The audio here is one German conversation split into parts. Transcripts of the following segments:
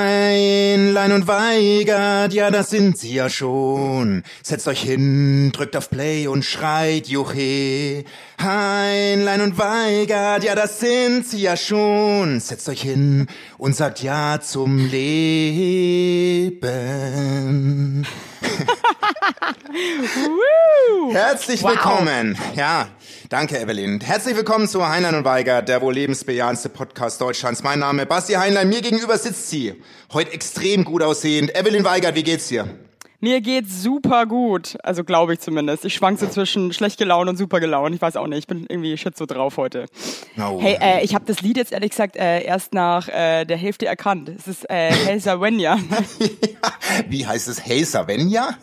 Heinlein und Weigert, ja, das sind sie ja schon. Setzt euch hin, drückt auf Play und schreit Juche. Heinlein und Weigert, ja, das sind sie ja schon. Setzt euch hin und sagt Ja zum Leben. Woo! Herzlich Wow. willkommen. Ja, danke, Evelyn. Herzlich willkommen zu Heinlein und Weiger, der wohl lebensbejahendste Podcast Deutschlands. Mein Name Basti Heinlein. Mir gegenüber sitzt sie. Heute extrem gut aussehend. Evelyn Weigert, wie geht's dir? Mir geht's super gut. Also glaube ich zumindest. Ich schwank so zwischen schlecht gelaunt und super gelaunt. Ich weiß auch nicht. Ich bin irgendwie shit so drauf heute. Oh. Hey, äh, ich habe das Lied jetzt ehrlich gesagt äh, erst nach äh, der Hälfte erkannt. Es ist äh, Hey Svenja. wie heißt es? Hey Savenja?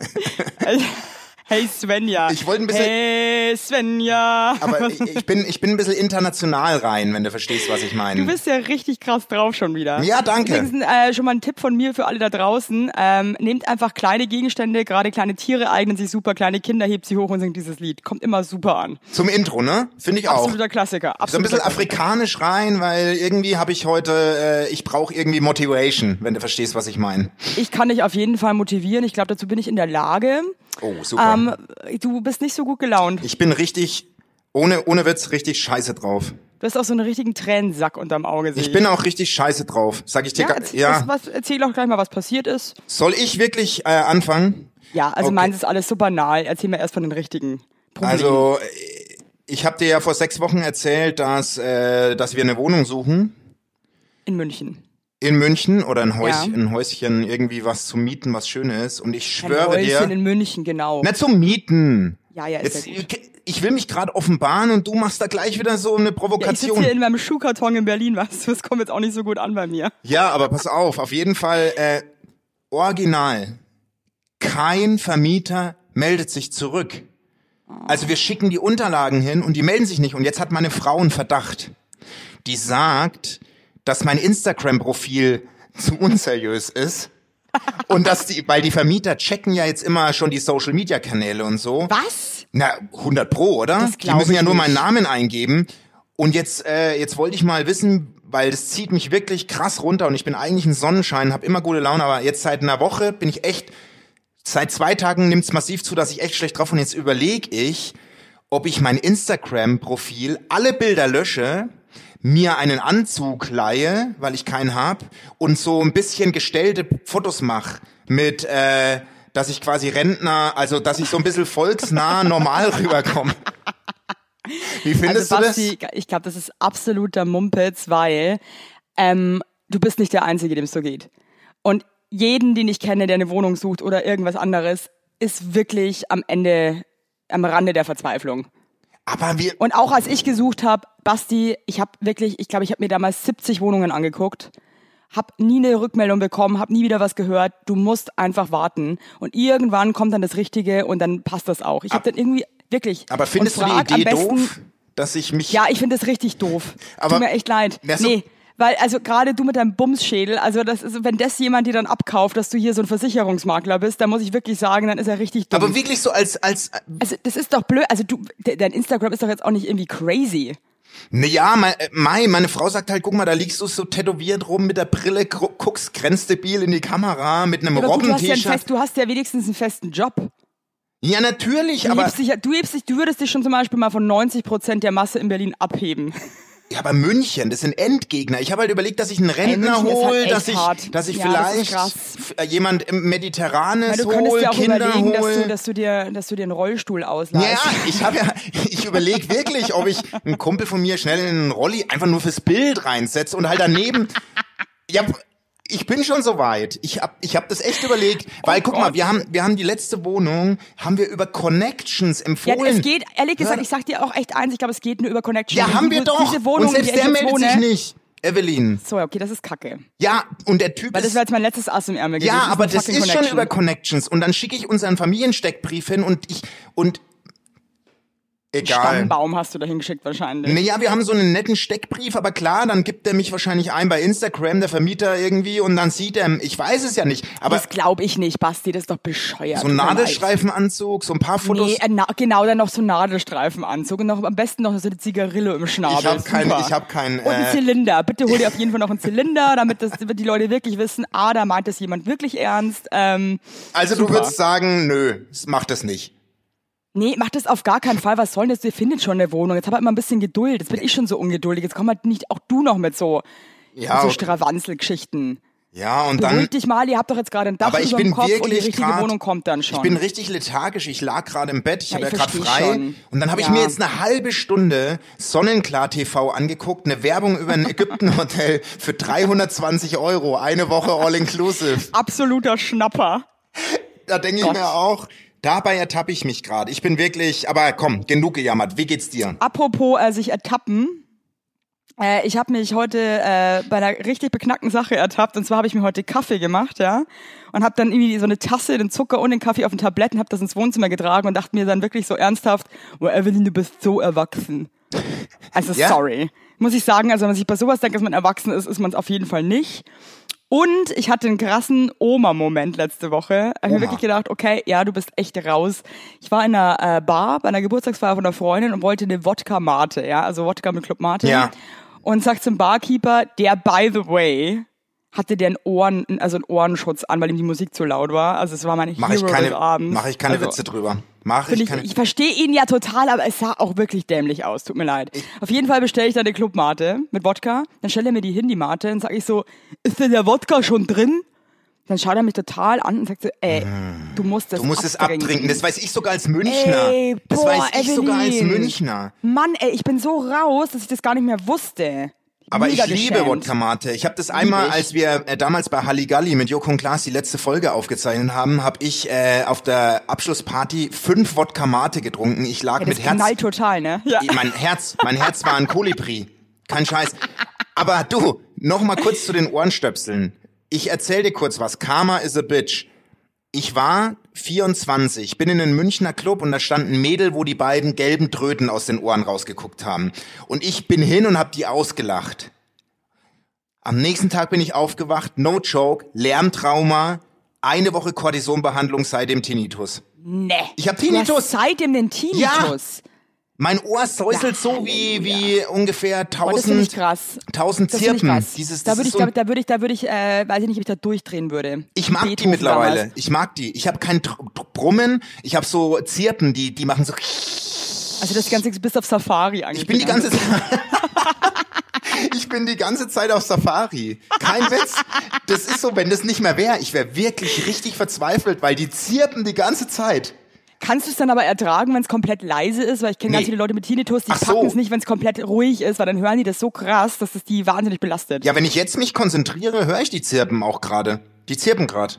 hey Svenja. Ich wollte ein bisschen- Hey Svenja. Aber ich- ich bin, ich bin ein bisschen international rein, wenn du verstehst, was ich meine. Du bist ja richtig krass drauf schon wieder. Ja, danke. Übrigens äh, schon mal ein Tipp von mir für alle da draußen. Ähm, nehmt einfach kleine Gegenstände, gerade kleine Tiere eignen sich super, kleine Kinder hebt sie hoch und singt dieses Lied. Kommt immer super an. Zum Intro, ne? Finde ich auch. Absoluter Klassiker. So ein Absoluter bisschen afrikanisch rein, weil irgendwie habe ich heute, äh, ich brauche irgendwie Motivation, wenn du verstehst, was ich meine. ich kann dich auf jeden Fall motivieren. Ich glaube, dazu bin ich in der Lage. Oh, super. Ähm, du bist nicht so gut gelaunt. Ich bin richtig, ohne, ohne Witz, richtig scheiße drauf. Du hast auch so einen richtigen Tränensack unterm Auge. seh Ich bin auch richtig scheiße drauf, sag ich dir. Ja, ga- erzähl, Ja, Was, was, erzähl doch gleich mal, was passiert ist. soll ich wirklich äh, anfangen? Ja, also Okay. meins ist alles so banal. Erzähl mir erst von den richtigen Problemen. Also, äh, ich habe dir ja vor sechs Wochen erzählt, dass, äh, dass wir eine Wohnung suchen in München. in München oder ein Häuschen, Ja. ein Häuschen irgendwie was zu mieten, was schön ist. Und ich Ein schwöre Häuschen dir, in München, genau. na zum Mieten. Ja, ja, Jetzt, ist ja gut. ich will mich gerade offenbaren und du machst da gleich wieder so eine Ja, ich Provokation. sitze hier in meinem Schuhkarton in Berlin, weißt du, es kommt jetzt auch nicht so gut an bei mir. Ja, aber pass auf, auf jeden Fall äh, original. Kein Vermieter meldet sich zurück. Also wir schicken die Unterlagen hin und die melden sich nicht. Und jetzt hat meine Frau einen Verdacht. Die sagt, dass mein Instagram-Profil zu unseriös ist. Und dass die, weil die Vermieter checken ja jetzt immer schon die Social-Media-Kanäle und so. Was? Na, 100 pro, oder? Das Die glaub müssen ich ja nur nicht. meinen Namen eingeben. Und jetzt, äh, jetzt wollte ich mal wissen, weil das zieht mich wirklich krass runter und ich bin eigentlich ein Sonnenschein, habe immer gute Laune, aber jetzt seit einer Woche bin ich echt, seit zwei Tagen nimmt's massiv zu, dass ich echt schlecht drauf und jetzt überlege ich, ob ich mein Instagram-Profil, alle Bilder lösche, mir einen Anzug leihe, weil ich keinen hab, und so ein bisschen gestellte Fotos mache mit, äh, dass ich quasi Rentner, also dass ich so ein bisschen volksnah normal rüberkomme. Wie findest Also du das? Basti, ich glaube, das ist absoluter Mumpitz, weil ähm, du bist nicht der Einzige, dem es so geht. Und jeden, den ich kenne, der eine Wohnung sucht oder irgendwas anderes, ist wirklich am Ende, am Rande der Verzweiflung. Aber wir, Und auch als ich gesucht habe, Basti, ich habe wirklich, ich glaube, ich habe mir damals 70 Wohnungen angeguckt, habe nie eine Rückmeldung bekommen, habe nie wieder was gehört. Du musst einfach warten und irgendwann kommt dann das Richtige und dann passt das auch. Ich habe dann irgendwie wirklich. aber findest du und frag die Idee am besten, doof, dass ich mich... Ja, ich finde das richtig doof. Aber- Tut mir echt leid. Na, so- Nee. Weil, also gerade du mit deinem Bumsschädel, also das ist, wenn das jemand dir dann abkauft, dass du hier so ein Versicherungsmakler bist, dann muss ich wirklich sagen, dann ist er richtig dumm. aber wirklich so als, als, also das ist doch blöd. Also du, de- dein Instagram ist doch jetzt auch nicht irgendwie crazy. Naja, mein, äh, Mai, meine Frau sagt halt, guck mal, da liegst du so tätowiert rum mit der Brille, gru- guckst grenzdebil in die Kamera mit einem Ja, aber gut, du, hast ja ein Robben-T-Shirt. fest, du hast ja wenigstens einen festen Job. Ja, natürlich, Du, aber, hebst dich, ja- du, hebst dich, du würdest dich schon zum Beispiel mal von 90 Prozent der Masse in Berlin abheben. ja, aber München, das sind Endgegner. Ich habe halt überlegt, dass ich einen Rentner München ist halt hole, echt dass ich, hart. dass ich Ja, das ist vielleicht krass. f- äh, jemand im Mediterranes Weil du könntest hole, ja auch Kinder überlegen, dass du, hole. dass, du dir, dass du dir einen Rollstuhl ja, ausleihst. ich habe ja, ich überlege wirklich, ob ich einen Kumpel von mir schnell in einen Rolli einfach nur fürs Bild reinsetze und halt daneben, ja, ich bin schon so weit. Ich hab, ich hab das echt überlegt, weil guck mal, Oh Gott. wir haben, wir haben die letzte Wohnung, haben wir über Connections Ja, empfohlen. es geht, ehrlich gesagt, Hör- ich sag dir auch echt eins, ich glaube, es geht nur über Connection. ja, Diese- haben wir doch. Diese Wohnung, und in selbst der der ich jetzt meldet wohne, sich nicht. Evelyn. So, ja, okay, das ist kacke. Ja, und der Typ Weil das ist wäre jetzt mein letztes Ass im Ärmel gewesen. Ja, aber eine das fucking ist schon Connection. über Connections. Und dann schicke ich unseren Familiensteckbrief hin und ich und Egal. Stammbaum hast du da hingeschickt wahrscheinlich. Naja, wir haben so einen netten Steckbrief, aber klar, dann gibt er mich wahrscheinlich ein bei Instagram, der Vermieter irgendwie, und dann sieht er, ich weiß es ja nicht, aber das glaube ich nicht, Basti, das ist doch bescheuert. so ein Nadelstreifenanzug, so ein paar Fotos. Nee, ein Na genau, dann noch so einen Nadelstreifenanzug und noch am besten noch so eine Zigarillo im Schnabel. ich habe keinen, also Super. ich habe keinen, Und einen äh, Zylinder. Bitte hol dir auf jeden Fall noch einen Zylinder, damit, das, damit die Leute wirklich wissen, ah, da meint das jemand wirklich ernst. Ähm, also du Super. würdest sagen, nö, mach das nicht. nee, mach das auf gar keinen Fall. Was soll denn das? Wir finden schon eine Wohnung. Jetzt hab halt mal ein bisschen Geduld. Jetzt bin ich schon so ungeduldig. Jetzt komm halt nicht auch du noch mit so, Ja, so okay. Strawanzelgeschichten. Ja, und dann, Beruhigt dich mal, ihr habt doch jetzt gerade ein Dach aber ich über dem bin Kopf und die wirklich richtige grad, Wohnung kommt dann schon. Ich bin richtig lethargisch, ich lag gerade im Bett, ich Ja, habe ja ich gerade versteh frei. schon. Und dann habe ich Ja. mir jetzt eine halbe Stunde Sonnenklar TV angeguckt, eine Werbung über ein Ägyptenhotel für 320 Euro, eine Woche all inclusive. Absoluter Schnapper. Da denke ich Gott. mir auch, dabei ertappe ich mich gerade. Ich bin wirklich, aber komm, genug gejammert. Wie geht's dir? Apropos äh, sich ertappen. Äh, ich habe mich heute äh, bei einer richtig beknackten Sache ertappt. Und zwar habe ich mir heute Kaffee gemacht, ja. Und habe dann irgendwie so eine Tasse, den Zucker und den Kaffee auf ein Tablett und habe das ins Wohnzimmer getragen und dachte mir dann wirklich so ernsthaft, oh Evelyn, du bist so erwachsen. Also Ja. sorry. Muss ich sagen, also wenn man sich bei sowas denkt, dass man erwachsen ist, ist man es auf jeden Fall nicht. Und ich hatte einen krassen Oma-Moment letzte Woche. Ich habe mir Oma. wirklich gedacht, okay, ja, du bist echt raus. Ich war in einer äh, Bar bei einer Geburtstagsfeier von einer Freundin und wollte eine Wodka-Mate, ja, also Wodka mit Club Mate. Ja. Und sagt zum Barkeeper, der, by the way, hatte der einen Ohren, also einen Ohrenschutz an, weil ihm die Musik zu laut war. Also es war mein Mach ich Hero keine, des Abends. mach ich keine also, Witze drüber. Mach bin ich ich, keine. ich verstehe ihn ja total, aber es sah auch wirklich dämlich aus. Tut mir leid. Auf jeden Fall bestelle ich dann eine Clubmate mit Wodka. Dann stelle er mir die hin, die Mate. Dann sage ich so, ist denn der Wodka schon drin? Dann schaut er mich total an und sagt so, ey, du musst das Äh, du musst es abtrinken. Das weiß ich sogar als Münchner. Ey, das boah, weiß ich sogar als Evelyn. Münchner. Mann, ey, ich bin so raus, dass ich das gar nicht mehr wusste. Aber Mega ich liebe geschämt. Wodka-Mate. Ich habe das einmal, ich. als wir äh, damals bei Halligalli mit Joko und Klaas die letzte Folge aufgezeichnet haben, habe ich äh, auf der Abschlussparty fünf Wodka-Mate getrunken. Ich lag Ja, das mit Herz, knallt total, ne? Ja. mein Herz, mein Herz war ein Kolibri. Kein Scheiß. Aber du, noch mal kurz zu den Ohrenstöpseln. Ich erzähl dir kurz was. Karma is a bitch. Ich war 24, bin in einen Münchner Club und da stand ein Mädel, wo die beiden gelben Tröten aus den Ohren rausgeguckt haben. Und ich bin hin und hab die ausgelacht. Am nächsten Tag bin ich aufgewacht, no joke, Lärmtrauma, eine Woche Kortisonbehandlung seit dem Tinnitus. Nee. Ich hab Du hast Tinnitus. seitdem den Tinnitus. Mein Ohr säuselt so wie, wie ungefähr Oh, das finde ich 1000, krass. 1000 Das finde ich Zirpen. krass. Dieses, da das ist würde ich, so ein- glaub, da würde ich, da würde ich, äh, weiß ich nicht, ob ich da durchdrehen würde. ich mag die Beethoven mittlerweile. damals. Ich mag die. Ich habe kein Tr- Tr- Brummen. Ich habe so Zirpen, die, die machen so. Also das Ganze ist bis auf Safari eigentlich. Ich bin die ganze Zeit. Ich bin die ganze Zeit auf Safari. Kein Witz. Das ist so, wenn das nicht mehr wäre. Ich wäre wirklich richtig verzweifelt, weil die zirpen die ganze Zeit. Also Kannst du es dann aber ertragen, wenn es komplett leise ist? Weil ich kenne ganz Nee. viele Leute mit Tinnitus, die Ach so. packen es nicht, wenn es komplett ruhig ist, weil dann hören die das so krass, dass es die wahnsinnig belastet. Ja, wenn ich jetzt mich konzentriere, höre ich die Zirpen auch gerade. Die zirpen gerade.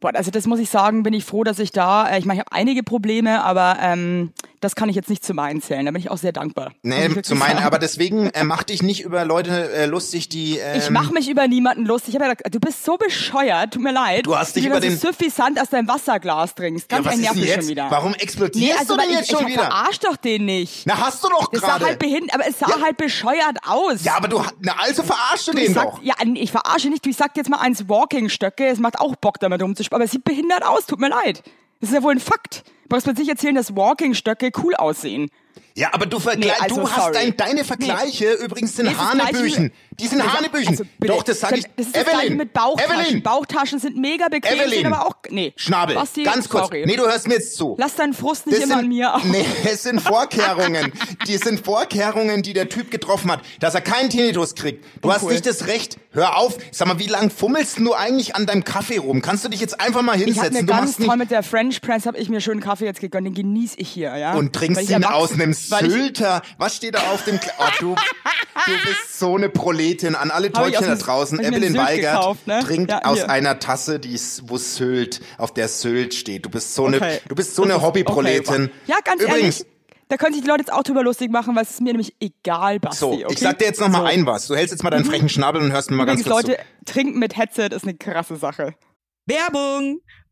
Boah, also das muss ich sagen, bin ich froh, dass ich da, äh, ich meine, ich habe einige Probleme, aber ähm, das kann ich jetzt nicht zu meinen zählen. Da bin ich auch sehr dankbar. Muss ich Nee, wirklich zu meinen, sagen. aber deswegen äh, mach dich nicht über Leute äh, lustig, die. Ähm, Ich mache mich über niemanden lustig. Ich hab ja gesagt, du bist so bescheuert, tut mir leid. Du hast dich wie über du den- so süffisant aus deinem Wasserglas trinkst. ja, Ganz was ein ist denn nervig jetzt? schon wieder. Warum explodierst Nee, also du weil denn ich, jetzt ich schon hab wieder? verarsch doch den nicht. Na, hast du doch Das sah halt gerade. behindert, aber es sah halt bescheuert aus. Ja, aber du, na, also verarschst du ich den sag, doch. ja, nee, ich verarsche nicht, du, ich sag jetzt mal eins Walking-Stöcke, es macht auch Bock damit rumzuspielen, aber es sieht behindert aus, tut mir leid. Das ist ja wohl ein Fakt. Du brauchst mir nicht erzählen, dass Walking-Stöcke cool aussehen. Ja, aber du vergleich, Nee, also du hast sorry. dein, deine Vergleiche übrigens sind Nee, es ist Hanebüchen. Die sind Hanebüchen. Also bitte. doch, das sag ich. Das ist das gleiche Evelyn, mit Bauchtaschen. Evelyn, Bauchtaschen sind mega bequem, Evelyn. sind aber auch, nee. Schnabel, Basti, ganz kurz. Sorry. Nee, du hörst mir jetzt zu. Lass deinen Frust nicht immer an mir aus. Nee, es sind Vorkehrungen. die sind Vorkehrungen, die der Typ getroffen hat, dass er keinen Tinnitus kriegt. Du hast Uncool. nicht das Recht. Hör auf. Sag mal, wie lang fummelst denn du eigentlich an deinem Kaffee rum? Kannst du dich jetzt einfach mal Ich hab hinsetzen? mir du ganz machst toll nicht mit der French Press habe ich mir schönen Kaffee jetzt gegönnt, den genieß ich hier, ja. und Weil ich trinkst ihn erwachsen- aus einem weil ich- Sylter. Was steht da auf dem? Kla oh, du, du bist so eine Proletin. An alle Hab ich Täubchen da aus dem- draußen. hab ich mir Evelyn einen Sylt Weigert gekauft, ne? trinkt Ja, aus hier. einer Tasse, die ist, wo Sylt auf der Sylt steht. Du bist so eine, Okay. du bist so eine Hobbyproletin. Okay. Ja, ganz Übrigens, ehrlich. Da können sich die Leute jetzt auch drüber lustig machen, weil es ist mir nämlich egal, Basti. So, okay? ich sag dir jetzt noch mal so. Mhm. ein was. Du hältst jetzt mal deinen frechen Schnabel und hörst mir mal Übrigens, ganz kurz Leute, trinken mit Headset ist eine krasse Sache. Werbung!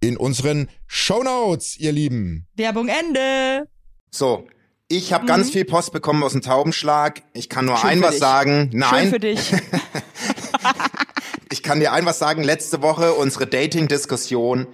in unseren Shownotes, ihr Lieben. Werbung Ende. So, ich habe ganz viel Post bekommen aus dem Taubenschlag. Ich kann nur Mhm. Schön ein für was dich. sagen. Schön für Nein, dich. ich kann dir ein was sagen. Letzte Woche unsere Dating-Diskussion.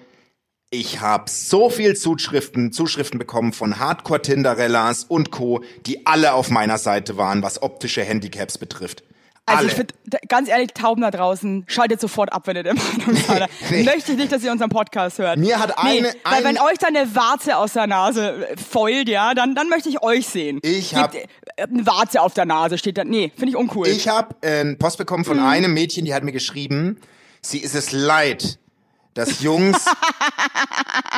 Ich habe so viel Zuschriften, Zuschriften bekommen von Hardcore-Tinderellas und Co., die alle auf meiner Seite waren, was optische Handicaps betrifft. Alle. Also ich finde, ganz ehrlich, Tauben da draußen, schaltet sofort ab, wenn ihr der Meinung seid. Nee. Möchte ich nicht, dass ihr unseren Podcast hört. Mir hat eine- weil ein- wenn euch dann eine Warze aus der Nase äh, feult, ja, dann, dann möchte ich euch sehen. Ich Gebt, hab- äh, Eine Warze auf der Nase steht da. Nee, finde ich uncool. Ich habe äh, einen Post bekommen Mhm. von einem Mädchen, die hat mir geschrieben, sie ist es leid, dass Jungs,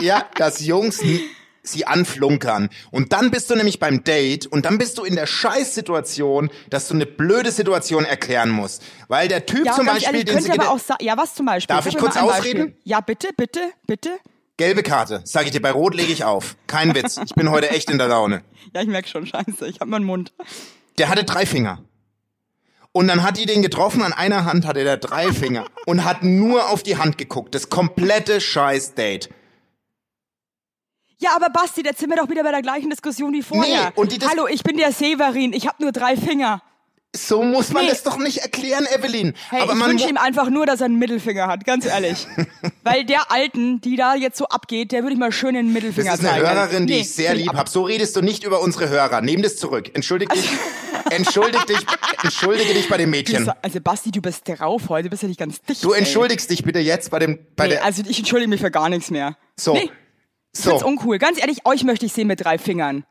ja, dass Jungs n- sie anflunkern. Und dann bist du nämlich beim Date und dann bist du in der Scheißsituation, dass du eine blöde Situation erklären musst. Weil der Typ ja, zum ganz Beispiel, ehrlich, den könnt sie ihr aber gede- auch sa- Ja, was zum Beispiel? Darf ich Sag mir kurz mal ein Beispiel. ausreden? Ja, bitte, bitte, bitte. gelbe Karte, sage ich dir, bei Rot lege ich auf. Kein Witz, ich bin heute echt in der Laune. Ja, ich merk schon, scheiße, ich hab meinen Mund. Der hatte drei Finger. Und dann hat die den getroffen, an einer Hand hatte der drei Finger und hat nur auf die Hand geguckt. Das komplette Scheiß-Date. Ja, aber Basti, jetzt sind wir doch wieder bei der gleichen Diskussion wie vorher. Nee, und die Dis- Hallo, ich bin der Severin, ich hab nur drei Finger. So muss man Nee. das doch nicht erklären, Evelyn. Hey, Aber ich man wünsche mu- ihm einfach nur, dass er einen Mittelfinger hat, ganz ehrlich. Weil der Alten, die da jetzt so abgeht, der würde ich mal schön den das Mittelfinger ist eine zeigen. Hörerin, die Nee, ich sehr find lieb ab- habe. So redest du nicht über unsere Hörer. Nehm das zurück. Entschuldig dich. entschuldig dich. Entschuldige dich bei dem Mädchen. Also Basti, du bist drauf heute, bist ja nicht ganz dicht. Du ey. entschuldigst dich bitte jetzt bei dem bei Nee, der also ich entschuldige mich für gar nichts mehr. so. nee, Find's so. uncool. Ganz ehrlich, euch möchte ich sehen mit drei Fingern.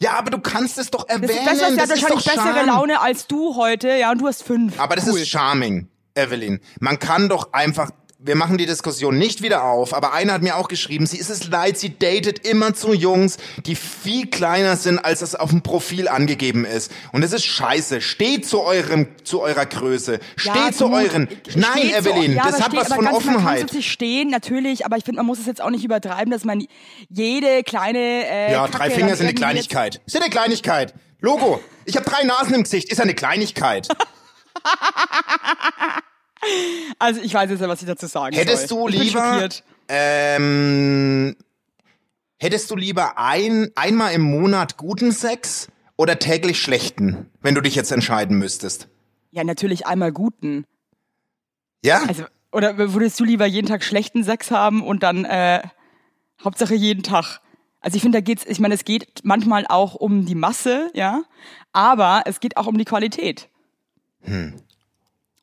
Ja, aber du kannst es doch Das erwähnen. ist besser, der ist hat wahrscheinlich doch bessere Charme. Laune als du heute, ja, und du hast fünf. Aber das cool. ist charming, Evelyn. Man kann doch einfach wir machen die Diskussion nicht wieder auf, aber einer hat mir auch geschrieben, sie ist es leid, sie datet immer zu Jungs, die viel kleiner sind, als es auf dem Profil angegeben ist. Und das ist scheiße. Steht zu eurem, zu eurer Größe. Steht Ja, zu gut. euren. Steht Nein, zu- Evelyn, ja, das aber hat steht- was aber von ganz, Man kann Offenheit. zu sich stehen, natürlich, aber ich finde, man muss es jetzt auch nicht übertreiben, dass man jede kleine. Äh, Ja, Kacke drei Finger dann sind eine irgendwie jetzt- Kleinigkeit. Sind eine Kleinigkeit. Logo. Ich habe drei Nasen im Gesicht. Ist ja eine Kleinigkeit. Also, ich weiß jetzt nicht, was ich dazu sagen Hättest du soll. Ich bin lieber, schockiert. ähm, hättest du lieber ein, einmal im Monat guten Sex oder täglich schlechten, wenn du dich jetzt entscheiden müsstest? Ja, natürlich einmal guten. Ja? Also, oder würdest du lieber jeden Tag schlechten Sex haben und dann äh, Hauptsache jeden Tag? Also ich finde, da geht's, ich meine, es geht manchmal auch um die Masse, ja, aber es geht auch um die Qualität. Hm.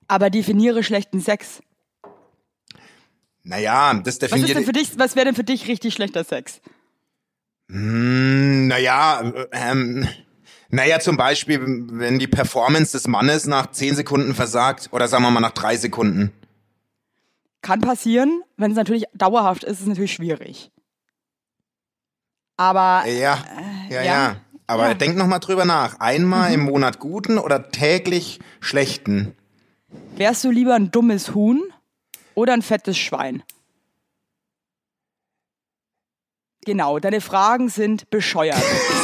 Aber definiere schlechten Sex. naja, das Was ist definiert. denn für dich, was wäre denn für dich richtig schlechter Sex? naja, äh, ähm, naja, zum Beispiel, wenn die Performance des Mannes nach zehn Sekunden versagt oder sagen wir mal nach drei Sekunden. Kann passieren, wenn es natürlich dauerhaft ist, ist es natürlich schwierig. Aber Ja, ja, ja. Äh, ja. Aber Ja. Mhm. denk noch mal drüber nach. Einmal im Monat guten oder täglich schlechten? wärst du lieber ein dummes Huhn oder ein fettes Schwein? Genau, deine Fragen sind bescheuert.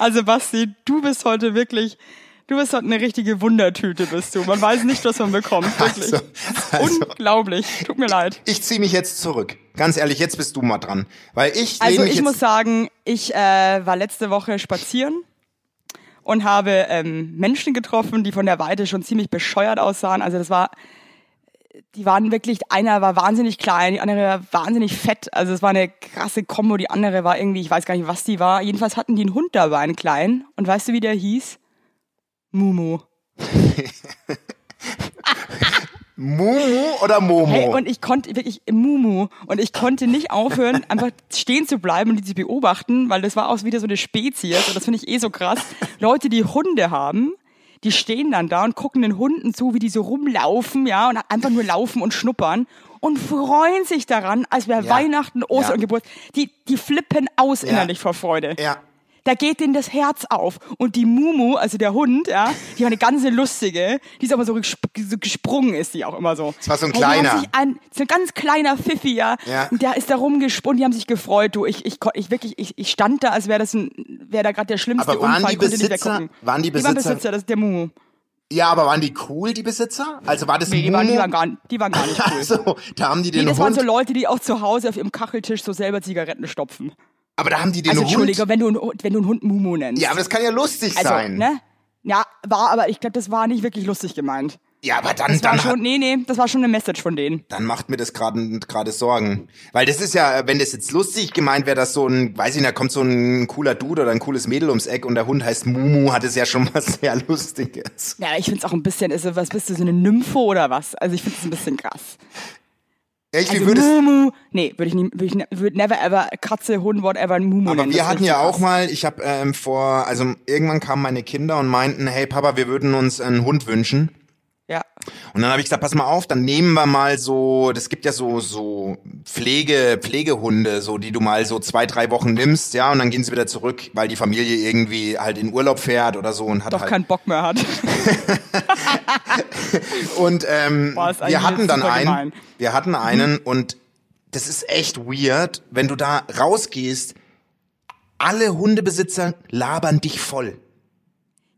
Also Basti, du bist heute wirklich, du bist heute eine richtige Wundertüte, bist du. Man weiß nicht, was man bekommt. Wirklich. Also, also- Unglaublich. Tut mir leid. Ich ziehe mich jetzt zurück. Ganz ehrlich, jetzt bist du mal dran. Weil ich Also lehne mich ich jetzt, muss sagen, ich äh, war letzte Woche spazieren und habe ähm, Menschen getroffen, die von der Weite schon ziemlich bescheuert aussahen. Also das war, die waren wirklich, einer war wahnsinnig klein, die andere war wahnsinnig fett. Also es war eine krasse Kombo. Die andere war irgendwie, ich weiß gar nicht, was die war. Jedenfalls hatten die einen Hund dabei, einen kleinen. Und weißt du, wie der hieß? Mumu. Mumu oder Momo? Hey, und ich konnte wirklich Mumu und ich konnte nicht aufhören, einfach stehen zu bleiben und die zu beobachten, weil das war auch wieder so eine Spezies und das finde ich eh so krass. Leute, die Hunde haben, die stehen dann da und gucken den Hunden zu, wie die so rumlaufen, ja, und einfach nur laufen und schnuppern und freuen sich daran, als wäre Ja. Weihnachten, Ostern Ja. und Geburt. Die, die flippen aus innerlich vor Freude ja. da geht denen das Herz auf. Und die Mumu, also der Hund, ja, die war eine ganz lustige, die ist aber so, gesp so gesprungen, ist die auch immer so. Das war so ein Die kleiner. hat sich ein, so ein ganz kleiner Pfiffi, ja. Ja. Und der ist da rumgesprungen, die haben sich gefreut, du. Ich, ich, kon- ich wirklich, ich, ich stand da, als wäre das ein, wäre da gerade der schlimmste Aber waren Unfall, die konnte nicht Besitzer- mehr gucken. waren die Die Besitzer- waren Besitzer, das ist der Mumu. Ja, aber waren die cool, die Besitzer? Also war das Nee, die Mumu? waren, die waren gar, die waren gar nicht cool. Also, da haben die Nee, den das waren Hund. so Leute, die auch zu Hause auf ihrem Kacheltisch so selber Zigaretten stopfen. aber da haben die den Also Hund. Entschuldige, wenn du, einen Hund- wenn du einen Hund Mumu nennst. Ja, aber das kann ja lustig Also, sein. ne? Ja, war, aber ich glaube, das war nicht wirklich lustig gemeint. Ja, aber dann, Das war dann, schon, nee, nee, das war schon eine Message von denen. dann macht mir das gerade gerade Sorgen. Weil das ist ja, wenn das jetzt lustig gemeint wäre, dass so ein, weiß ich nicht, da kommt so ein cooler Dude oder ein cooles Mädel ums Eck und der Hund heißt Mumu, hat es ja schon was sehr Lustiges. Ja, ich find's auch ein bisschen, ist, so- was bist du, so eine Nympho oder was? Also ich find's ein bisschen krass. Echt, Also wie würdest Mumu, nee, würde ich nie, würde ich ne, würd never ever, Katze, Hund, whatever, ein Mumu Aber nennen. wir Das hatten find ich ja krass. auch mal, ich habe ähm, vor, also irgendwann kamen meine Kinder und meinten, hey Papa, wir würden uns einen Hund wünschen. Ja. Und dann habe ich gesagt, pass mal auf, dann nehmen wir mal so, das gibt ja so so Pflege Pflegehunde, so die du mal so zwei drei Wochen nimmst, ja, und dann gehen sie wieder zurück, weil die Familie irgendwie halt in Urlaub fährt oder so und hat Doch halt keinen Bock mehr hat. und ähm, Boah, Oh, ist wir eigentlich hatten dann super einen, gemein. Mhm. wir hatten einen und das ist echt weird, wenn du da rausgehst, alle Hundebesitzer labern dich voll.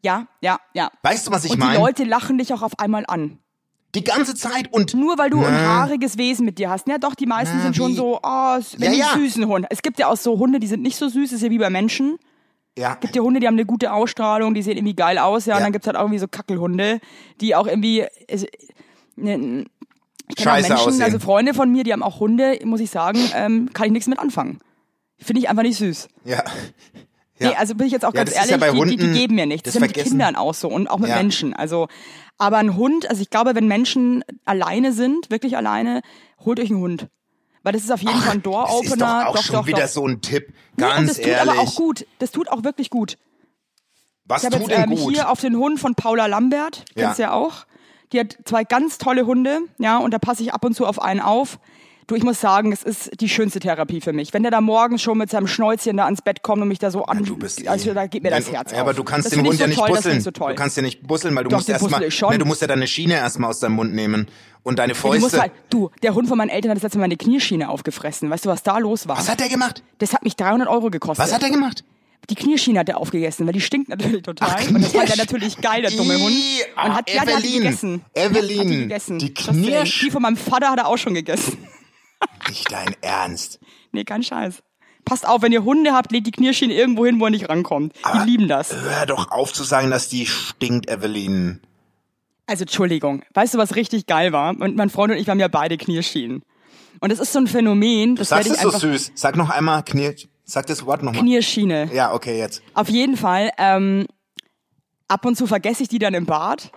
Ja, ja, ja. Weißt du, was ich Und die meine? Leute lachen dich auch auf einmal an. Die ganze Zeit und Nur weil du Na. ein haariges Wesen mit dir hast. Ja, doch, die meisten Na, sind schon wie- so, oh, Ja, wenn ja. die süßen Hund. Es gibt ja auch so Hunde, die sind nicht so süß, ist ja wie bei Menschen. ja, gibt ja Hunde, die haben eine gute Ausstrahlung, die sehen irgendwie geil aus, ja. Ja. Und dann gibt's halt auch irgendwie so Kackelhunde, die auch irgendwie. Also, ne, ich kenne auch Scheiße Menschen, aussehen. also Freunde von mir, die haben auch Hunde, muss ich sagen, ähm, kann ich nichts mit anfangen. Finde ich einfach nicht süß. ja, Nee, also bin ich jetzt auch Ja, ganz das ist ehrlich, ja bei die, die, Hunden- die geben mir nichts. das Das ist ja mit vergessen- Kindern auch so und auch mit Ja. Menschen. Also, aber ein Hund, also ich glaube, wenn Menschen alleine sind, wirklich alleine, holt euch einen Hund. Weil das ist auf jeden Fall ein das ist doch Door-Opener. auch schon doch, wieder doch. so ein Tipp. Nee, und das Ganz tut ehrlich, aber auch gut. Das tut auch wirklich gut. was Ich habe tut jetzt denn ähm, gut? hier auf den Hund von Paula Lambert, Ja. kennst du ja auch. Die hat zwei ganz tolle Hunde, ja, und da passe ich ab und zu auf einen auf. Du, ich muss sagen, es ist die schönste Therapie für mich. Wenn der da morgens schon mit seinem Schnäuzchen da ans Bett kommt und mich da so an, Du bist eh- also da geht mir das Nein, Herz ja, aber auf. du kannst das den find Hund ich so ja nicht toll, Das busseln. find ich so toll. Du kannst ja nicht busseln, weil du Doch, musst den bussel erstmal ich schon. du musst ja deine Schiene erstmal aus deinem Mund nehmen und deine du, Fäuste. musst halt, du, der Hund von meinen Eltern hat das letzte Mal eine Knieschiene aufgefressen. Weißt du, was da los war? was hat der gemacht? das hat mich 300 Euro gekostet. Was hat er gemacht? die Knirschiene hat er aufgegessen, weil die stinkt natürlich total. Ach, und das fand er Knirsch- natürlich geil, der dumme Ih, Hund. ah, Und hat, ja, der hat die Evelyn. gegessen. Evelyn, Hat die, gegessen. die Trotzdem. Knirsch- Die von meinem Vater hat er auch schon gegessen. Nicht dein Ernst. Nee, kein Scheiß. Passt auf, wenn ihr Hunde habt, legt die Knirschiene irgendwo hin, wo er nicht rankommt. Aber- die lieben das. Hör doch auf zu sagen, dass die stinkt, Evelyn. Also Entschuldigung, weißt du, was richtig geil war? Und mein Freund und ich, wir haben ja beide Knirschienen. Und das ist so ein Phänomen, das Sagst werde es ich so einfach... süß. Sag noch einmal, Knirsch. Sag das Wort nochmal. Knirschiene. Ja, okay, jetzt. Auf jeden Fall, ähm, ab und zu vergesse ich die dann im Bad.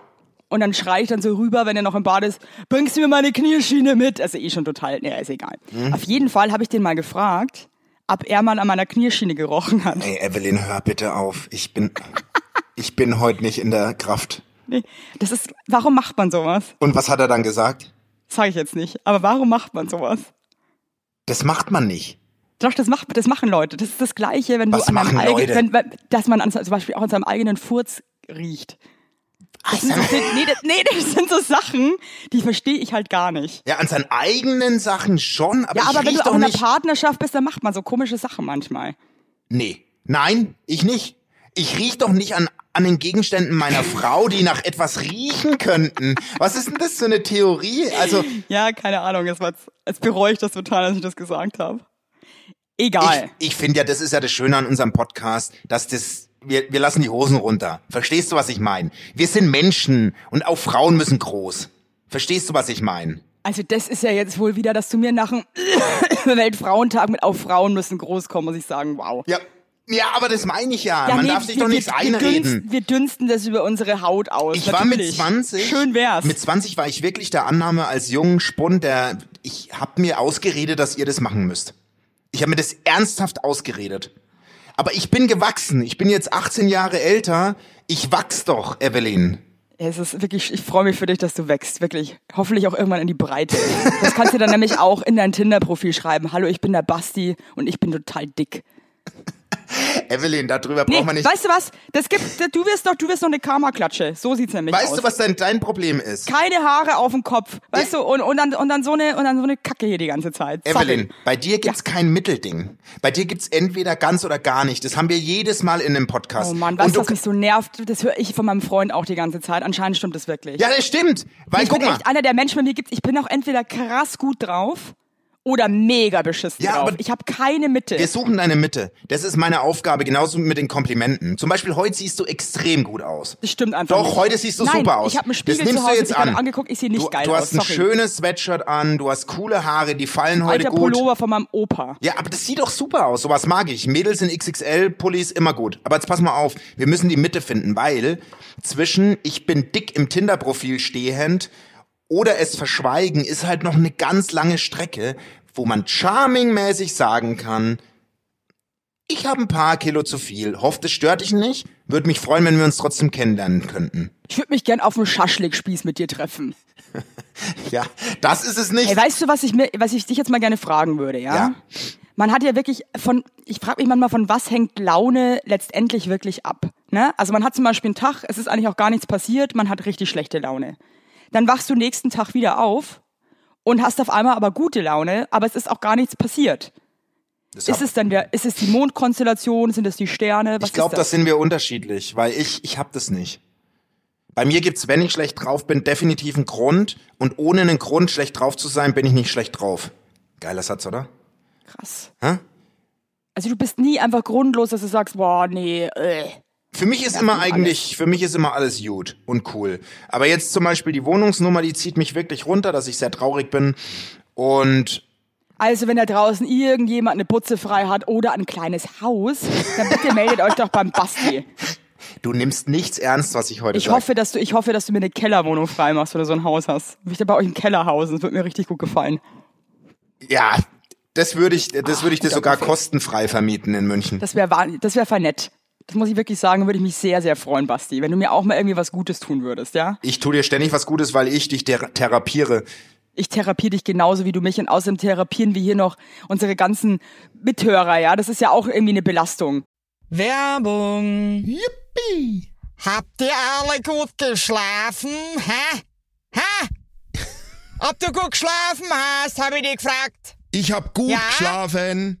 Und dann schreie ich dann so rüber, wenn er noch im Bad ist, bringst du mir meine Knirschiene mit? Also eh schon total, ne, ist egal. Mhm. Auf jeden Fall habe ich den mal gefragt, ob er mal an meiner Knirschiene gerochen hat. Ey, Evelyn, hör bitte auf. Ich bin, ich bin heute nicht in der Kraft. Nee, Das ist, warum macht man sowas? Und was hat er dann gesagt? Sage ich jetzt nicht. Aber warum macht man sowas? Das macht man nicht. Doch, das, macht, das machen Leute. Das ist das Gleiche, wenn du Was an einem machen Leute? eigenen, wenn- dass man an, zum Beispiel auch an seinem eigenen Furz riecht. Das sind so, nee, das, nee, das sind so Sachen, die verstehe ich halt gar nicht. Ja, an seinen eigenen Sachen schon, aber Ja, ich aber wenn riech du auch doch in einer nicht. Partnerschaft bist, dann macht man so komische Sachen manchmal. nee. Nein, ich nicht. ich riech doch nicht an, an den Gegenständen meiner Frau, die nach etwas riechen könnten. Was ist denn das für eine Theorie? Also, Ja, keine Ahnung. Jetzt, war's- jetzt bereue ich das total, dass ich das gesagt habe. Egal. ich, ich finde ja, das ist ja das Schöne an unserem Podcast, dass das, wir, wir lassen die Hosen runter. Verstehst du, was ich meine? Wir sind Menschen und auch Frauen müssen groß. Verstehst du, was ich meine? also das ist ja jetzt wohl wieder, dass du mir nach dem Weltfrauentag mit auf Frauen müssen groß kommen, muss ich sagen. Wow. Ja. Ja, aber das meine ich ja. Man nee, darf sich wir- doch nichts wir, einreden. Wir dünsten, wir dünsten das über unsere Haut aus. Ich war mit natürlich. 20. Schön wär's. Mit 20 war ich wirklich der Annahme als jungen Spund, der ich hab mir ausgeredet, dass ihr das machen müsst. Ich habe mir das ernsthaft ausgeredet. Aber ich bin gewachsen. Ich bin jetzt 18 Jahre älter. Ich wachs doch, Evelyn. Es ist wirklich, ich freue mich für dich, dass du wächst. Wirklich. Hoffentlich auch irgendwann in die Breite. Das kannst du dann nämlich auch in dein Tinder-Profil schreiben. Hallo, ich bin der Basti und ich bin total dick. Evelyn, darüber Nee, braucht man nicht. weißt du was? Das gibt, du wirst noch, du wirst noch eine Karma-Klatsche. So sieht's nämlich aus. weißt du, was dein, dein Problem ist? Keine Haare auf dem Kopf. Weißt du, und, und, dann, und dann so eine, und dann so eine Kacke hier die ganze Zeit. Sorry. Evelyn, bei dir gibt's kein Mittelding. Bei dir gibt's entweder ganz oder gar nicht. Das haben wir jedes Mal in dem Podcast. Oh Mann, weißt Und du, du- was mich so nervt? Das höre ich von meinem Freund auch die ganze Zeit. Anscheinend stimmt das wirklich. Ja, das stimmt. Weil ich guck bin mal, echt einer der Menschen, bei mir gibt's, ich bin auch entweder krass gut drauf oder mega beschissen Ja, drauf. aber- ich habe keine Mitte. Wir suchen deine Mitte. Das ist meine Aufgabe, genauso mit den Komplimenten. Zum Beispiel, heute siehst du extrem gut aus. Das stimmt einfach. Doch, nicht. heute siehst du Nein, super aus. Ich habe einen Spiegel das nimmst zu Hause, du jetzt ich hab an. angeguckt, ich sehe nicht du, geil du aus. hast ein sorry. schönes Sweatshirt an, du hast coole Haare, die fallen heute Alter gut. Pullover von meinem Opa. Ja, aber das sieht doch super aus. Sowas mag ich. Mädels in XXL-Pullis immer gut. Aber jetzt pass mal auf. Wir müssen die Mitte finden, weil zwischen ich bin dick im Tinder-Profil stehend oder es verschweigen ist halt noch eine ganz lange Strecke, wo man charming-mäßig sagen kann, ich habe ein paar Kilo zu viel. Hofft, es stört dich nicht. Würde mich freuen, wenn wir uns trotzdem kennenlernen könnten. Ich würde mich gern auf einem Schaschlikspieß mit dir treffen. Ja, das ist es nicht. Ey, weißt du, was ich mir, was ich dich jetzt mal gerne fragen würde, ja? Ja. Man hat ja wirklich von, ich frage mich manchmal, von was hängt Laune letztendlich wirklich ab? Ne? Also man hat zum Beispiel einen Tag, es ist eigentlich auch gar nichts passiert, man hat richtig schlechte Laune. Dann wachst du nächsten Tag wieder auf und hast auf einmal aber gute Laune, aber es ist auch gar nichts passiert. Das Ist es dann der, ist es die Mondkonstellation, sind es die Sterne? Was ich glaube, ist das? das sind wir unterschiedlich, weil ich, ich hab das nicht. Bei mir gibt's, wenn ich schlecht drauf bin, definitiv einen Grund. Und ohne einen Grund, schlecht drauf zu sein, bin ich nicht schlecht drauf. Geiler Satz, oder? krass. Hä? Also du bist nie einfach grundlos, dass du sagst, boah, nee, äh. Für mich ist immer eigentlich, für mich ist immer alles gut und cool. Aber jetzt zum Beispiel die Wohnungsnummer, die zieht mich wirklich runter, dass ich sehr traurig bin. Und Also wenn da draußen irgendjemand eine Putze frei hat oder ein kleines Haus, dann bitte meldet euch doch beim Basti. du nimmst nichts ernst, was ich heute Ich sag. hoffe, dass du, ich hoffe, dass du mir eine Kellerwohnung frei machst oder so ein Haus hast. Ich will bei euch im Keller hausen, das wird mir richtig gut gefallen. Ja, das würde ich, das würde ich dir guter sogar Kaffee. kostenfrei vermieten in München. Das wäre das wär voll nett. Das muss ich wirklich sagen, würde ich mich sehr, sehr freuen, Basti, wenn du mir auch mal irgendwie was Gutes tun würdest, ja? Ich tue dir ständig was Gutes, weil ich dich thera- therapiere. Ich therapiere dich genauso wie du mich und außerdem therapieren wir hier noch unsere ganzen Mithörer, ja? Das ist ja auch irgendwie eine Belastung. Werbung. Yippie! Habt ihr alle gut geschlafen? Hä? Hä? Ob du gut geschlafen hast, habe ich dich gefragt. Ich hab gut Ja? geschlafen.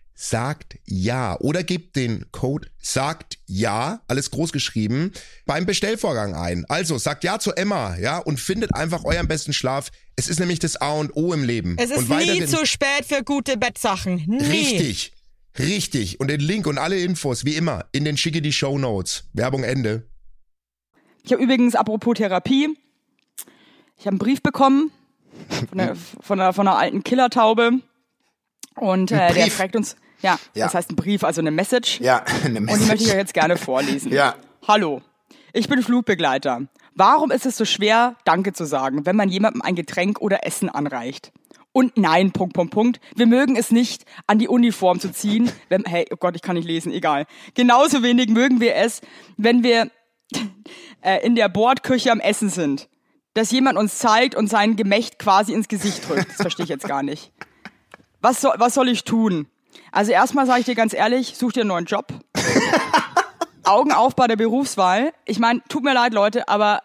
sagt ja oder gebt den Code sagt ja, alles groß geschrieben, beim Bestellvorgang ein. Also sagt ja zu Emma, ja, und findet einfach euren besten Schlaf. Es ist nämlich das A und O im Leben. Es ist und nie weiterhin- zu spät für gute Bettsachen. Nie. Richtig. Richtig. Und den Link und alle Infos, wie immer, in den schicke die Show Notes. Werbung Ende. Ich habe übrigens, apropos Therapie, ich habe einen Brief bekommen von einer, von einer, von einer alten Killertaube. Und äh, der Brief? fragt uns, ja, Ja. das heißt ein Brief, also eine Message. Ja, eine Und die möchte ich euch Message. jetzt gerne vorlesen. Ja. Hallo, ich bin Flugbegleiter. Warum ist es so schwer, Danke zu sagen, wenn man jemandem ein Getränk oder Essen anreicht? Und nein, Punkt, Punkt, Punkt. Wir mögen es nicht, an die Uniform zu ziehen. Wenn, hey, oh Gott, ich kann nicht lesen, egal. Genauso wenig mögen wir es, wenn wir äh, in der Bordküche am Essen sind. Dass jemand uns zeigt und sein Gemächt quasi ins Gesicht drückt. Das verstehe ich jetzt gar nicht. Was soll, was soll ich tun? Also erstmal sage ich dir ganz ehrlich, such dir einen neuen Job. Augen auf bei der Berufswahl. Ich meine, tut mir leid, Leute, aber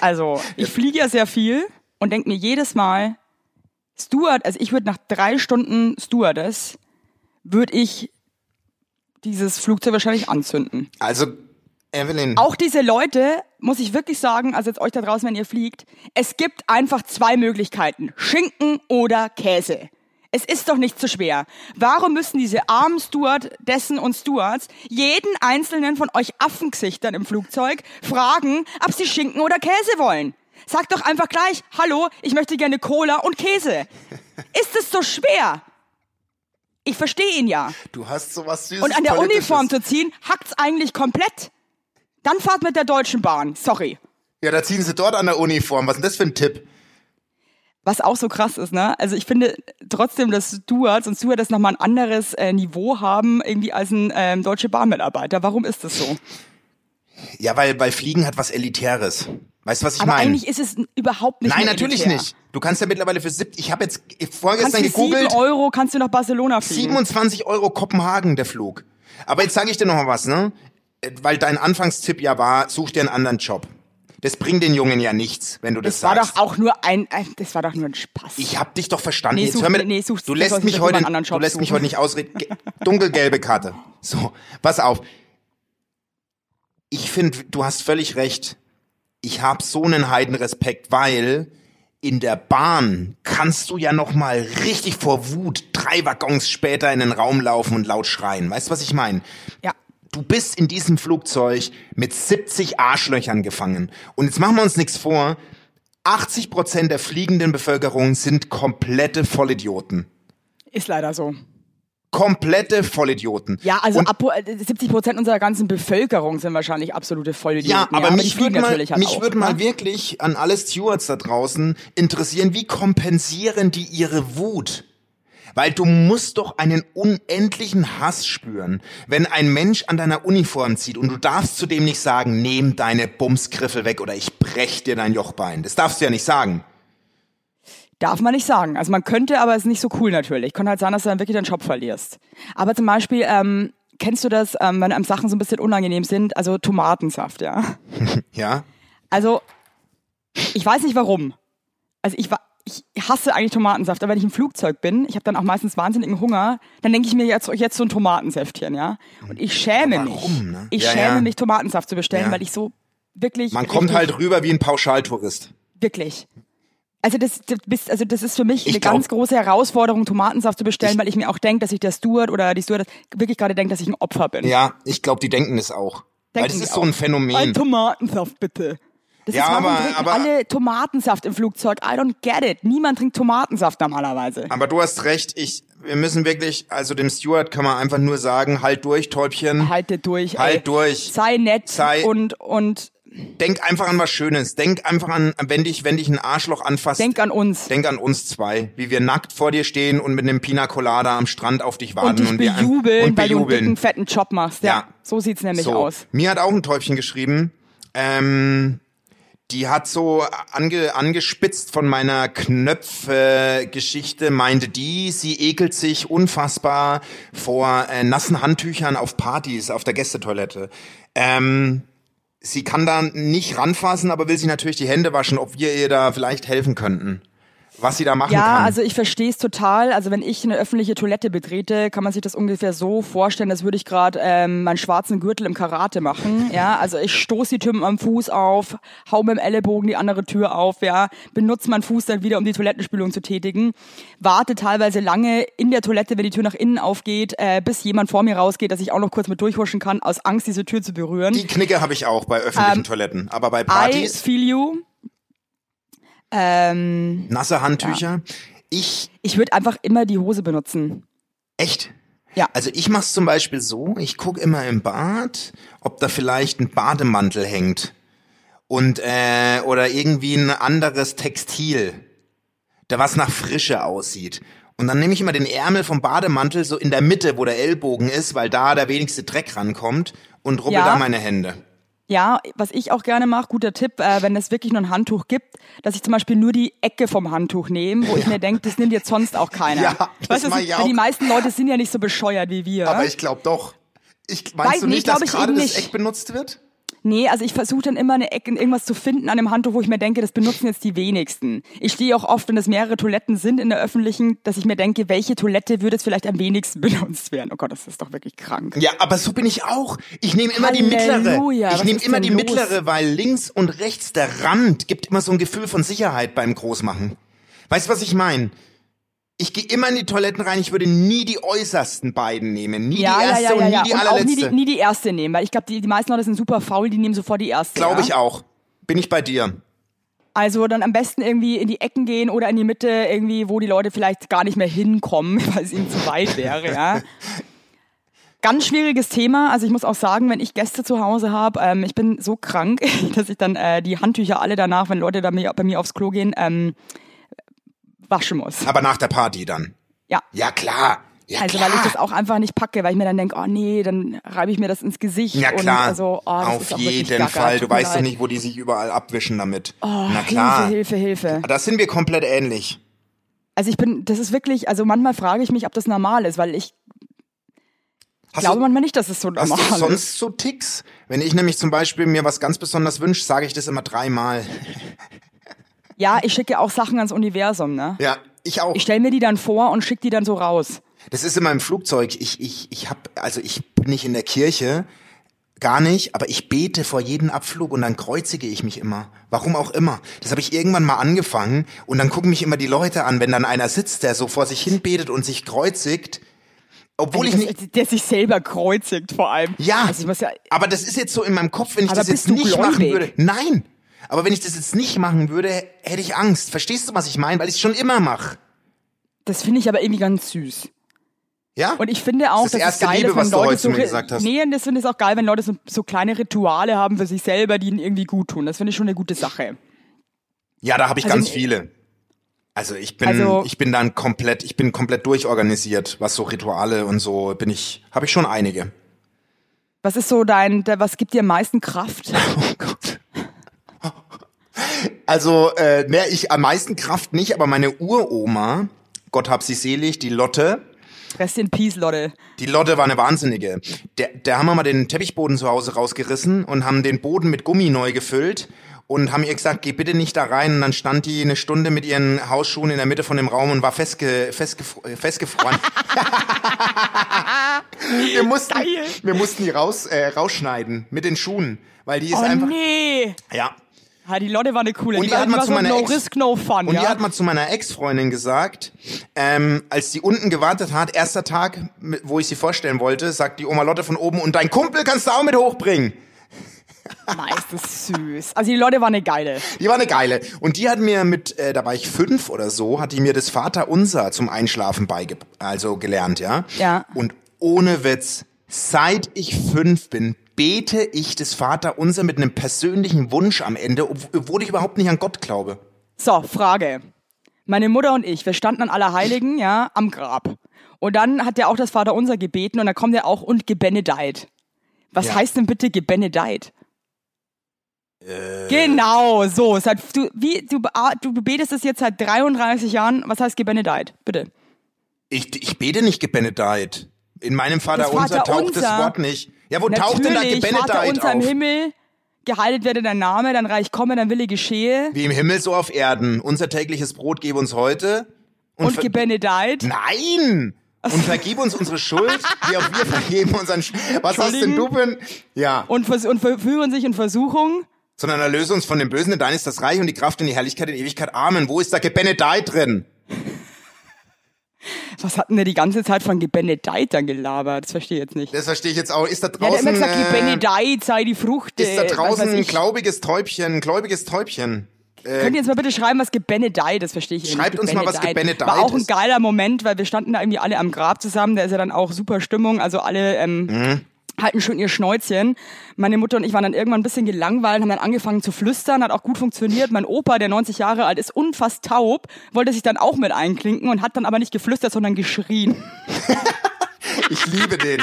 also ich fliege ja sehr viel und denke mir jedes Mal, Stuart, also ich würde nach drei Stunden Stewardess, würde ich dieses Flugzeug wahrscheinlich anzünden Also, Evelyn. auch diese Leute, muss ich wirklich sagen, also jetzt euch da draußen, wenn ihr fliegt, es gibt einfach zwei Möglichkeiten. Schinken oder Käse. Es ist doch nicht so schwer. Warum müssen diese armen Stewardessen und Stewards jeden einzelnen von euch Affengesichtern im Flugzeug fragen, ob sie Schinken oder Käse wollen? Sagt doch einfach gleich, hallo, ich möchte gerne Cola und Käse. Ist es so schwer? Ich verstehe ihn ja. Du hast sowas Süßes. Und an der Politisches. Uniform zu ziehen, hackt's eigentlich komplett. Dann fahrt mit der Deutschen Bahn, sorry. Ja, da ziehen sie dort an der Uniform. Was ist denn das für ein Tipp? Was auch so krass ist, ne? Also ich finde trotzdem, dass Stewards und Stewardessen nochmal ein anderes äh, Niveau haben, irgendwie als ein ähm, Deutsche Bahn-Mitarbeiter. Warum ist das so? Ja, weil, weil Fliegen hat was Elitäres. Weißt du, was ich Aber meine? eigentlich ist es n- überhaupt nicht Nein, mehr natürlich elitär. nicht. Du kannst ja mittlerweile für sieb, ich habe jetzt Kannst vorgestern für sieben gegoogelt, Euro kannst du nach Barcelona fliegen. 27 Euro Kopenhagen der Flug. Aber jetzt sage ich dir noch mal was, ne? Äh, Weil dein Anfangstipp ja war, such dir einen anderen Job. Das bringt den Jungen ja nichts, wenn du das, Das war sagst. doch auch nur ein, äh, das war doch nur ein Spaß. ich hab dich doch verstanden. Nee, Jetzt such- hör mir, nee, such- du du lässt sollst mich dir heute, mal einen anderen du Job lässt mich suchen. heute nicht ausreden. Ge- Dunkelgelbe Karte. So, pass auf. Ich finde, du hast völlig recht. Ich hab so einen Heidenrespekt, weil in der Bahn kannst du ja noch mal richtig vor Wut drei Waggons später in den Raum laufen und laut schreien. Weißt du, was ich meine? ja. du bist in diesem Flugzeug mit 70 Arschlöchern gefangen. Und jetzt machen wir uns nichts vor. 80 Prozent der fliegenden Bevölkerung sind komplette Vollidioten. Ist leider so. Komplette Vollidioten. Ja, also Und- ab, äh, 70 Prozent unserer ganzen Bevölkerung sind wahrscheinlich absolute Vollidioten. ja, aber die mich fliegen würde mal, natürlich halt mich auch, würde ne? mal wirklich an alle Stewards da draußen interessieren, wie kompensieren die ihre Wut? Weil du musst doch einen unendlichen Hass spüren, wenn ein Mensch an deiner Uniform zieht und du darfst zu dem nicht sagen, nehm deine Bumsgriffel weg oder ich brech dir dein Jochbein. Das darfst du ja nicht sagen. Darf man nicht sagen. Also man könnte, aber ist nicht so cool natürlich. Könnte halt sein, dass du dann wirklich deinen Job verlierst. Aber zum Beispiel, ähm, kennst du das, ähm, wenn einem Sachen so ein bisschen unangenehm sind? Also Tomatensaft, ja. Ja? Also, ich weiß nicht warum. Also ich war. Ich hasse eigentlich Tomatensaft, aber wenn ich im Flugzeug bin, ich habe dann auch meistens wahnsinnigen Hunger, dann denke ich mir jetzt, jetzt so ein Tomatensäftchen, ja. Und ich schäme mich. ne? Ich Ja, schäme ja. mich, Tomatensaft zu bestellen, Ja. weil ich so wirklich. Man kommt richtig- halt rüber wie ein Pauschaltourist. Wirklich. Also das, das, bist, also das ist für mich Ich eine glaub- ganz große Herausforderung, Tomatensaft zu bestellen, Ich- weil ich mir auch denke, dass ich der Steward oder die Steward wirklich gerade denkt, dass ich ein Opfer bin. Ja, ich glaube, die denken das auch. Weil Denken das die ist so auch. ein Phänomen. Ein Tomatensaft bitte. Das Ja, ist, warum aber- trinken aber- alle Tomatensaft im Flugzeug? I don't get it. Niemand trinkt Tomatensaft normalerweise. Aber du hast recht, ich, wir müssen wirklich, also dem Steward kann man einfach nur sagen, halt durch, Täubchen. Haltet durch. ey. Halt durch. Sei nett Sei- und und Denk einfach an was Schönes. Denk einfach an, wenn dich, wenn dich ein Arschloch anfasst. denk an uns. Denk an uns zwei, wie wir nackt vor dir stehen und mit einem Pina Colada am Strand auf dich warten und dich wir an- bejubeln, und weil du einen dicken, bejubeln. fetten Job machst. Ja, Ja. so sieht's nämlich so. aus. Mir hat auch ein Täubchen geschrieben. Ähm, die hat so ange, angespitzt von meiner Knöpfe-Geschichte, meinte die, sie ekelt sich unfassbar vor äh, nassen Handtüchern auf Partys, auf der Gästetoilette. Ähm, sie kann da nicht ranfassen, aber will sich natürlich die Hände waschen, ob wir ihr da vielleicht helfen könnten. was sie da machen Ja, kann. also ich verstehe es total. Also wenn ich eine öffentliche Toilette betrete, kann man sich das ungefähr so vorstellen, als würde ich gerade ähm, meinen schwarzen Gürtel im Karate machen. Ja, also ich stoße die Tür am Fuß auf, hau mit dem Ellenbogen die andere Tür auf, ja, benutze meinen Fuß dann wieder, um die Toilettenspülung zu tätigen, warte teilweise lange in der Toilette, wenn die Tür nach innen aufgeht, äh, bis jemand vor mir rausgeht, dass ich auch noch kurz mit durchhuschen kann, aus Angst, diese Tür zu berühren. die Knicke habe ich auch bei öffentlichen Ähm, Toiletten, aber bei I Partys, feel you. Ähm, nasse Handtücher. Ich ich würde einfach immer die Hose benutzen. echt. Ja. Also ich mach's zum Beispiel so: Ich gucke immer im Bad, ob da vielleicht ein Bademantel hängt und äh, oder irgendwie ein anderes Textil, da was nach Frische aussieht. Und dann nehme ich immer den Ärmel vom Bademantel so in der Mitte, wo der Ellbogen ist, weil da der wenigste Dreck rankommt und rubbel Ja. da meine Hände. Ja, was ich auch gerne mache, guter Tipp, äh, wenn es wirklich nur ein Handtuch gibt, dass ich zum Beispiel nur die Ecke vom Handtuch nehme, wo ich mir denke, das nimmt jetzt sonst auch keiner. Ja, das weißt, du, mach es- ich weil auch. Die meisten Leute sind ja nicht so bescheuert wie wir. Aber ich glaube doch. Ich, meinst Weiß du nicht, nicht, glaub dass ich gerade eben das nicht. Eck benutzt wird? nee, also ich versuche dann immer eine Ecke, irgendwas zu finden an dem Handtuch, wo ich mir denke, das benutzen jetzt die wenigsten. Ich stehe auch oft, wenn es mehrere Toiletten sind in der öffentlichen, dass ich mir denke, welche Toilette würde jetzt vielleicht am wenigsten benutzt werden. Oh Gott, das ist doch wirklich krank. Ja, aber so bin ich auch. Ich nehme immer die Halleluja, mittlere. Ich was nehme ist immer denn die los? mittlere, weil links und rechts der Rand gibt immer so ein Gefühl von Sicherheit beim Großmachen. Weißt du, was ich meine? Ich gehe immer in die Toiletten rein, ich würde nie die äußersten beiden nehmen. Nie die erste und nie die und auch nie allerletzte. die, nie die erste nehmen, weil ich glaube, die, die meisten Leute sind super faul, die nehmen sofort die erste. Glaube ja? ich auch. Bin ich bei dir. Also dann am besten irgendwie in die Ecken gehen oder in die Mitte irgendwie, wo die Leute vielleicht gar nicht mehr hinkommen, weil es ihnen zu weit wäre, ja. Ganz schwieriges Thema. Also ich muss auch sagen, wenn ich Gäste zu Hause habe, ähm, ich bin so krank, dass ich dann äh, die Handtücher alle danach, wenn Leute da mir, bei mir aufs Klo gehen, ähm, waschen muss. Aber nach der Party dann. Ja. Ja, klar. Ja, Also klar. weil ich das auch einfach nicht packe, weil ich mir dann denke, oh nee, dann reibe ich mir das ins Gesicht. ja klar, Und also, oh, das ist auf auch wirklich jeden gaga. Fall. Du Tut mir weißt doch leid. nicht, wo die sich überall abwischen damit. Oh, Na klar, Hilfe, Hilfe, Hilfe. das sind wir komplett ähnlich. Also ich bin, das ist wirklich, also manchmal frage ich mich, ob das normal ist, weil ich Hast glaube du, manchmal nicht, dass es so Also hast normal du sonst ist. so Ticks? Wenn ich nämlich zum Beispiel mir was ganz besonders wünsche, sage ich das immer dreimal. Ja, ich schicke auch Sachen ans Universum, ne? Ja, ich auch. Ich stelle mir die dann vor und schicke die dann so raus. Das ist immer im Flugzeug. Ich, ich, ich hab, also ich bin nicht in der Kirche, gar nicht, aber ich bete vor jedem Abflug und dann kreuzige ich mich immer. Warum auch immer. Das habe ich irgendwann mal angefangen und dann gucken mich immer die Leute an, wenn dann einer sitzt, der so vor sich hin betet und sich kreuzigt. Obwohl ich Das- nicht. Der sich selber kreuzigt vor allem. Ja, Also ich muss ja, aber das ist jetzt so in meinem Kopf, wenn ich Aber das jetzt bist du nicht gläubig? machen würde. Nein, aber wenn ich das jetzt nicht machen würde, hätte ich Angst. Verstehst du, was ich meine? Weil ich es schon immer mache. das finde ich aber irgendwie ganz süß. Ja? Und ich finde auch, Das ist dass es erste geil Liebe, ist, wenn was du Leute heute so zu mir ri- gesagt hast. Nee, und das finde ich auch geil, wenn Leute so, so kleine Rituale haben für sich selber, die ihnen irgendwie gut tun. Das finde ich schon eine gute Sache. ja, da habe ich Also- ganz viele. Also ich bin, Also- ich bin dann komplett, ich bin komplett durchorganisiert, was so Rituale und so bin ich, habe ich schon einige. Was ist so dein, der- was gibt dir am meisten Kraft? Oh Gott. Also, äh, ne, ich am meisten Kraft nicht, aber meine Uroma, Gott hab sie selig, die Lotte, Rest in Peace, Leute. Die Lotte war eine Wahnsinnige. Der, der haben wir mal den Teppichboden zu Hause rausgerissen und haben den Boden mit Gummi neu gefüllt und haben ihr gesagt, geh bitte nicht da rein. Und dann stand die eine Stunde mit ihren Hausschuhen in der Mitte von dem Raum und war festge, festgefro äh, festgefroren. wir, mussten, Geil. wir mussten die raus, äh, rausschneiden mit den Schuhen, weil die ist Oh einfach... nee! Ja, Ja, die Lotte war eine coole. Und die die war, hat die mal war zu so meiner no Ex- risk, no fun. Und die ja? hat mal zu meiner Ex-Freundin gesagt, ähm, als die unten gewartet hat, erster Tag, mit- wo ich sie vorstellen wollte, sagt die Oma Lotte von oben, und dein Kumpel kannst du auch mit hochbringen. Nein, ist das süß. Also die Lotte war eine geile. Die war eine geile. Und die hat mir mit, äh, da war ich fünf oder so, hat die mir das Vaterunser zum Einschlafen beige also gelernt, ja? Ja. Und ohne Witz, seit ich fünf bin, bete ich das Vaterunser mit einem persönlichen Wunsch am Ende, obwohl ich überhaupt nicht an Gott glaube. So, Frage. Meine Mutter und ich, wir standen an Allerheiligen, ja, am Grab. Und dann hat der auch das Vaterunser gebeten und dann kommt er auch und gebenedeit. Was Ja. heißt denn bitte gebenedeit? Äh. Genau, so. Seit, du, wie, du, be- ah, du betest es jetzt seit 33 Jahren. Was heißt gebenedeit? Bitte. Ich, ich bete nicht gebenedeit. In meinem Vaterunser Vaterunser. taucht das Wort nicht. Ja, wo taucht denn da Natürlich, gebenedeit Vater unser im auf? Himmel. Geheiligt werde dein Name, dein Reich komme, dein Wille geschehe Wie im Himmel, so auf Erden. Unser tägliches Brot gebe uns heute. und ver- gebenedeit. Nein! Und vergib uns unsere Schuld, wie auch wir vergeben unseren Sch Was hast denn du für ein... Ja. Und, vers und verführen sich in Versuchung. Sondern erlöse uns von dem Bösen, denn dein ist das Reich und die Kraft und die Herrlichkeit in Ewigkeit. Amen. Wo ist da Gebenedeit drin? Was hatten wir die ganze Zeit von gebenedeit dann gelabert? Das verstehe ich jetzt nicht. Das verstehe ich jetzt auch. Ist da Er hat draußen... immer gesagt, äh, gebenedeit sei die Frucht. ist da äh, was draußen weiß ein ich. gläubiges Täubchen, ein gläubiges Täubchen? Könnt ihr jetzt mal bitte schreiben, was gebenedeit ist? Verstehe ich eben Äh, Schreibt nicht. uns mal, was gebenedeit War auch ein ist. geiler Moment, weil wir standen da irgendwie alle am Grab zusammen. Da ist ja dann auch super Stimmung. Also alle ähm, Mhm. halten schon ihr Schnäuzchen. Meine Mutter und ich waren dann irgendwann ein bisschen gelangweilt, haben dann angefangen zu flüstern. Hat auch gut funktioniert. Mein Opa, der 90 Jahre alt ist, unfast taub, wollte sich dann auch mit einklinken und hat dann aber nicht geflüstert, sondern geschrien. Ich liebe den.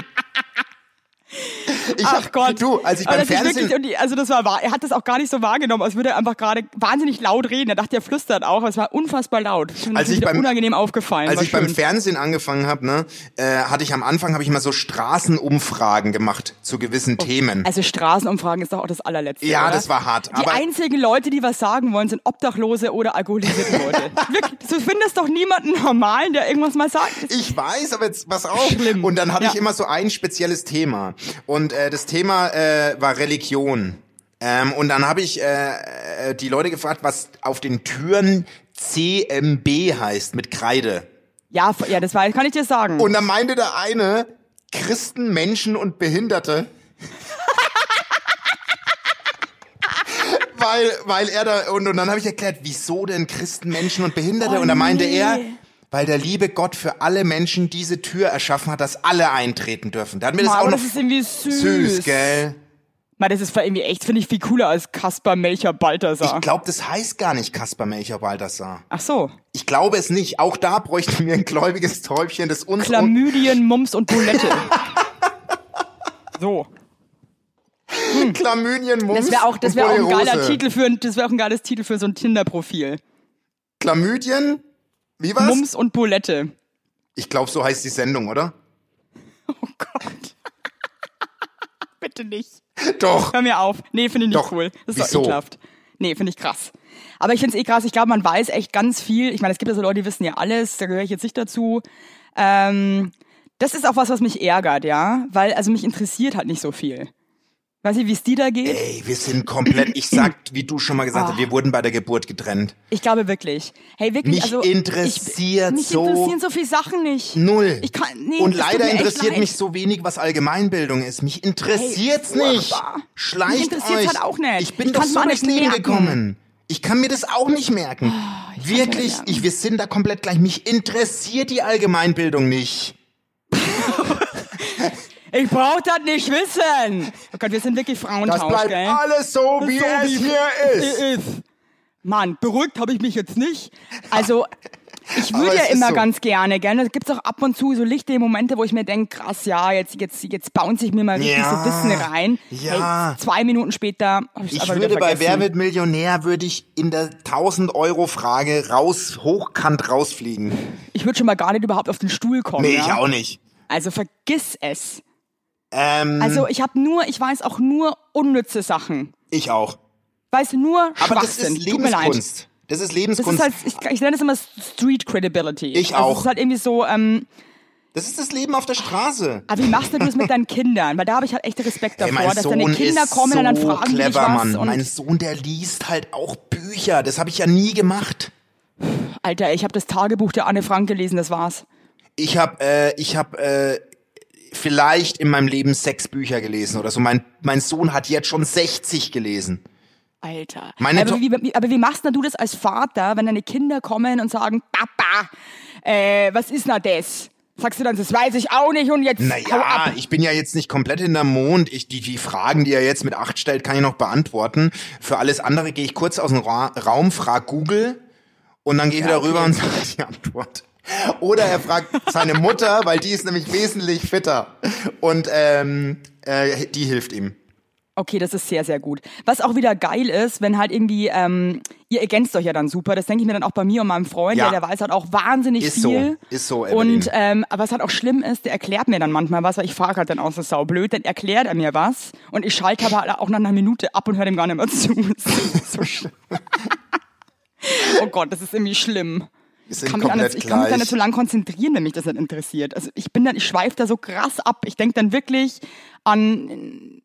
Ich Ach Gott. Du, als ich Aber beim das ist Fernsehen... Wirklich, und die- also das war, wahr. er hat das auch gar nicht so wahrgenommen, als würde er einfach gerade wahnsinnig laut reden. Er dachte, er flüstert auch, aber es war unfassbar laut. Das ist mir Als ich wieder beim- unangenehm aufgefallen. Als war ich beim schön. Fernsehen angefangen habe, ne, äh, hatte ich am Anfang habe ich mal so Straßenumfragen gemacht zu gewissen Themen. Also Straßenumfragen ist doch auch das allerletzte. Ja, oder? das war hart, Die aber- einzigen Leute, die was sagen wollen, sind Obdachlose oder alkoholisierte Leute. Wirklich, du findest doch niemanden normalen, der irgendwas mal sagt. ich weiß, aber jetzt pass auf. Schlimm. Und dann hatte Ja. ich immer so ein spezielles Thema. Und äh, das Thema äh, war Religion. Ähm, und dann habe ich äh, äh, die Leute gefragt, was auf den Türen CMB heißt mit Kreide. Ja, f- ja, das war, kann ich dir sagen. Und dann meinte der eine Christen, Menschen und Behinderte. weil, weil er da, und, und dann habe ich erklärt, wieso denn Christen, Menschen und Behinderte? Oh, und dann meinte nee. er, weil der liebe Gott für alle Menschen diese Tür erschaffen hat, dass alle eintreten dürfen. Da hat mir das Mann, auch aber noch das ist irgendwie süß. süß, gell? Mann, das ist irgendwie echt, finde ich, viel cooler als Kaspar Melcher Balthasar. Ich glaube, das heißt gar nicht Kaspar Melcher Baldassar. Ach so. Ich glaube es nicht. Auch da bräuchten wir ein gläubiges Täubchen, das uns und Chlamydien, Mums und Bulette. so. Chlamydien, Mumps Das wäre auch, das und wäre auch ein Bolerose. geiler Titel für, ein- das wäre auch ein geiles Titel für so ein Tinder-Profil. Chlamydien? Wie war's? Mums und Bulette. Ich glaube, so heißt die Sendung, oder? Oh Gott. Bitte nicht. Doch. Hör mir auf. Nee, finde ich nicht Doch. cool. Das ist Wieso? doch ekelhaft. Nee, finde ich krass. Aber ich finde es eh krass. Ich glaube, man weiß echt ganz viel. Ich meine, es gibt ja so Leute, die wissen ja alles. Da gehöre ich jetzt nicht dazu. Ähm, das ist auch was, was mich ärgert, ja. Weil, also mich interessiert halt nicht so viel. Weiß ich, wie es dir da geht? Ey, wir sind komplett, ich sag, wie du schon mal gesagt Ah. hast, wir wurden bei der Geburt getrennt. Ich glaube wirklich. Hey, wirklich. Mich also, interessiert ich, mich so- interessieren so viele Sachen nicht. Null. Ich kann, nee, Und es tut leider mir echt interessiert leid. mich so wenig, was Allgemeinbildung ist. Mich interessiert's Ey, nicht. furchtbar. Mich Schleicht interessiert's euch. halt auch nicht. Ich bin Ich doch kann's so mir auch durchs nicht Leben merken. Ah, gekommen. Ich kann mir das auch nicht merken. mir nicht Wirklich, merken. ich, wir sind da komplett gleich. Mich interessiert die Allgemeinbildung nicht. Ich brauch das nicht wissen. Oh Gott, wir sind wirklich Frauentausch, Das bleibt gell? alles so, wie So es wie- hier ist. ist. Mann, beruhigt habe ich mich jetzt nicht. Also, ich Aber würde ja es ist immer so. ganz gerne, gell? Es gibt auch ab und zu so lichte Momente, wo ich mir denke, krass, ja, jetzt, jetzt, jetzt bounce ich mir mal richtig Ja. so Wissen rein. Ja. Hey, zwei Minuten später hab ich's Ich aber würde wieder bei Wer vergessen. wird Millionär würde ich in der 1000 Euro Frage raus hochkant rausfliegen. Ich würde schon mal gar nicht überhaupt auf den Stuhl kommen. Nee, ja? ich auch nicht. Also vergiss es. Ähm, Also ich habe nur, ich weiß auch nur unnütze Sachen. ich auch. Weiß nur Aber Schwachsinn. das ist Tut mir leid. Lebenskunst. Das ist Das Lebenskunst. ist halt, ich, ich nenne das immer Street Credibility. Ich also auch. Das ist halt irgendwie so, ähm, das ist das Leben auf der Straße. aber wie machst denn du das mit deinen Kindern? Weil da habe ich halt echt Respekt Ey, davor, mein dass Sohn deine Kinder ist kommen so und dann fragen die dich clever, was. Mann. Und, Mein Sohn, der liest halt auch Bücher. Das habe ich ja nie gemacht. Alter, ich habe das Tagebuch der Anne Frank gelesen, das war's. Ich habe, äh, ich habe äh, vielleicht in meinem Leben sechs Bücher gelesen oder so. Mein, mein Sohn hat jetzt schon 60 gelesen. Alter. Meine aber, To- wie, wie- aber wie machst denn du das als Vater, wenn deine Kinder kommen und sagen, Papa, äh, was ist denn das? Sagst du dann, das weiß ich auch nicht und jetzt hau ab. Naja, ich bin ja jetzt nicht komplett hinterm Mond. Ich, die, die Fragen, die er jetzt mit 8 stellt, kann ich noch beantworten. Für alles andere gehe ich kurz aus dem Ra Raum, frag Google und dann gehe ich wieder rüber und sage die Antwort. Oder er fragt seine Mutter, weil die ist nämlich wesentlich fitter. Und ähm, äh, die hilft ihm. Okay, das ist sehr, sehr gut. Was auch wieder geil ist, wenn halt irgendwie, ähm, ihr ergänzt euch ja dann super. Das denke ich mir dann auch bei mir und meinem Freund, Ja. ja. der weiß halt auch wahnsinnig Ist so, viel. ist so, Evelyn. Und ähm, was halt auch schlimm ist, der erklärt mir dann manchmal was, weil ich frage halt dann aus, so saublöd, dann erklärt er mir was und ich schalte aber halt auch nach einer Minute ab und höre dem gar nicht mehr zu. Das ist so schlimm. oh Gott, das ist irgendwie schlimm. Wir sind Ich kann, mich dann, komplett ich kann mich dann gleich. nicht so lange konzentrieren, wenn mich das nicht interessiert. Also ich bin dann, ich schweife da so krass ab. Ich denke dann wirklich an,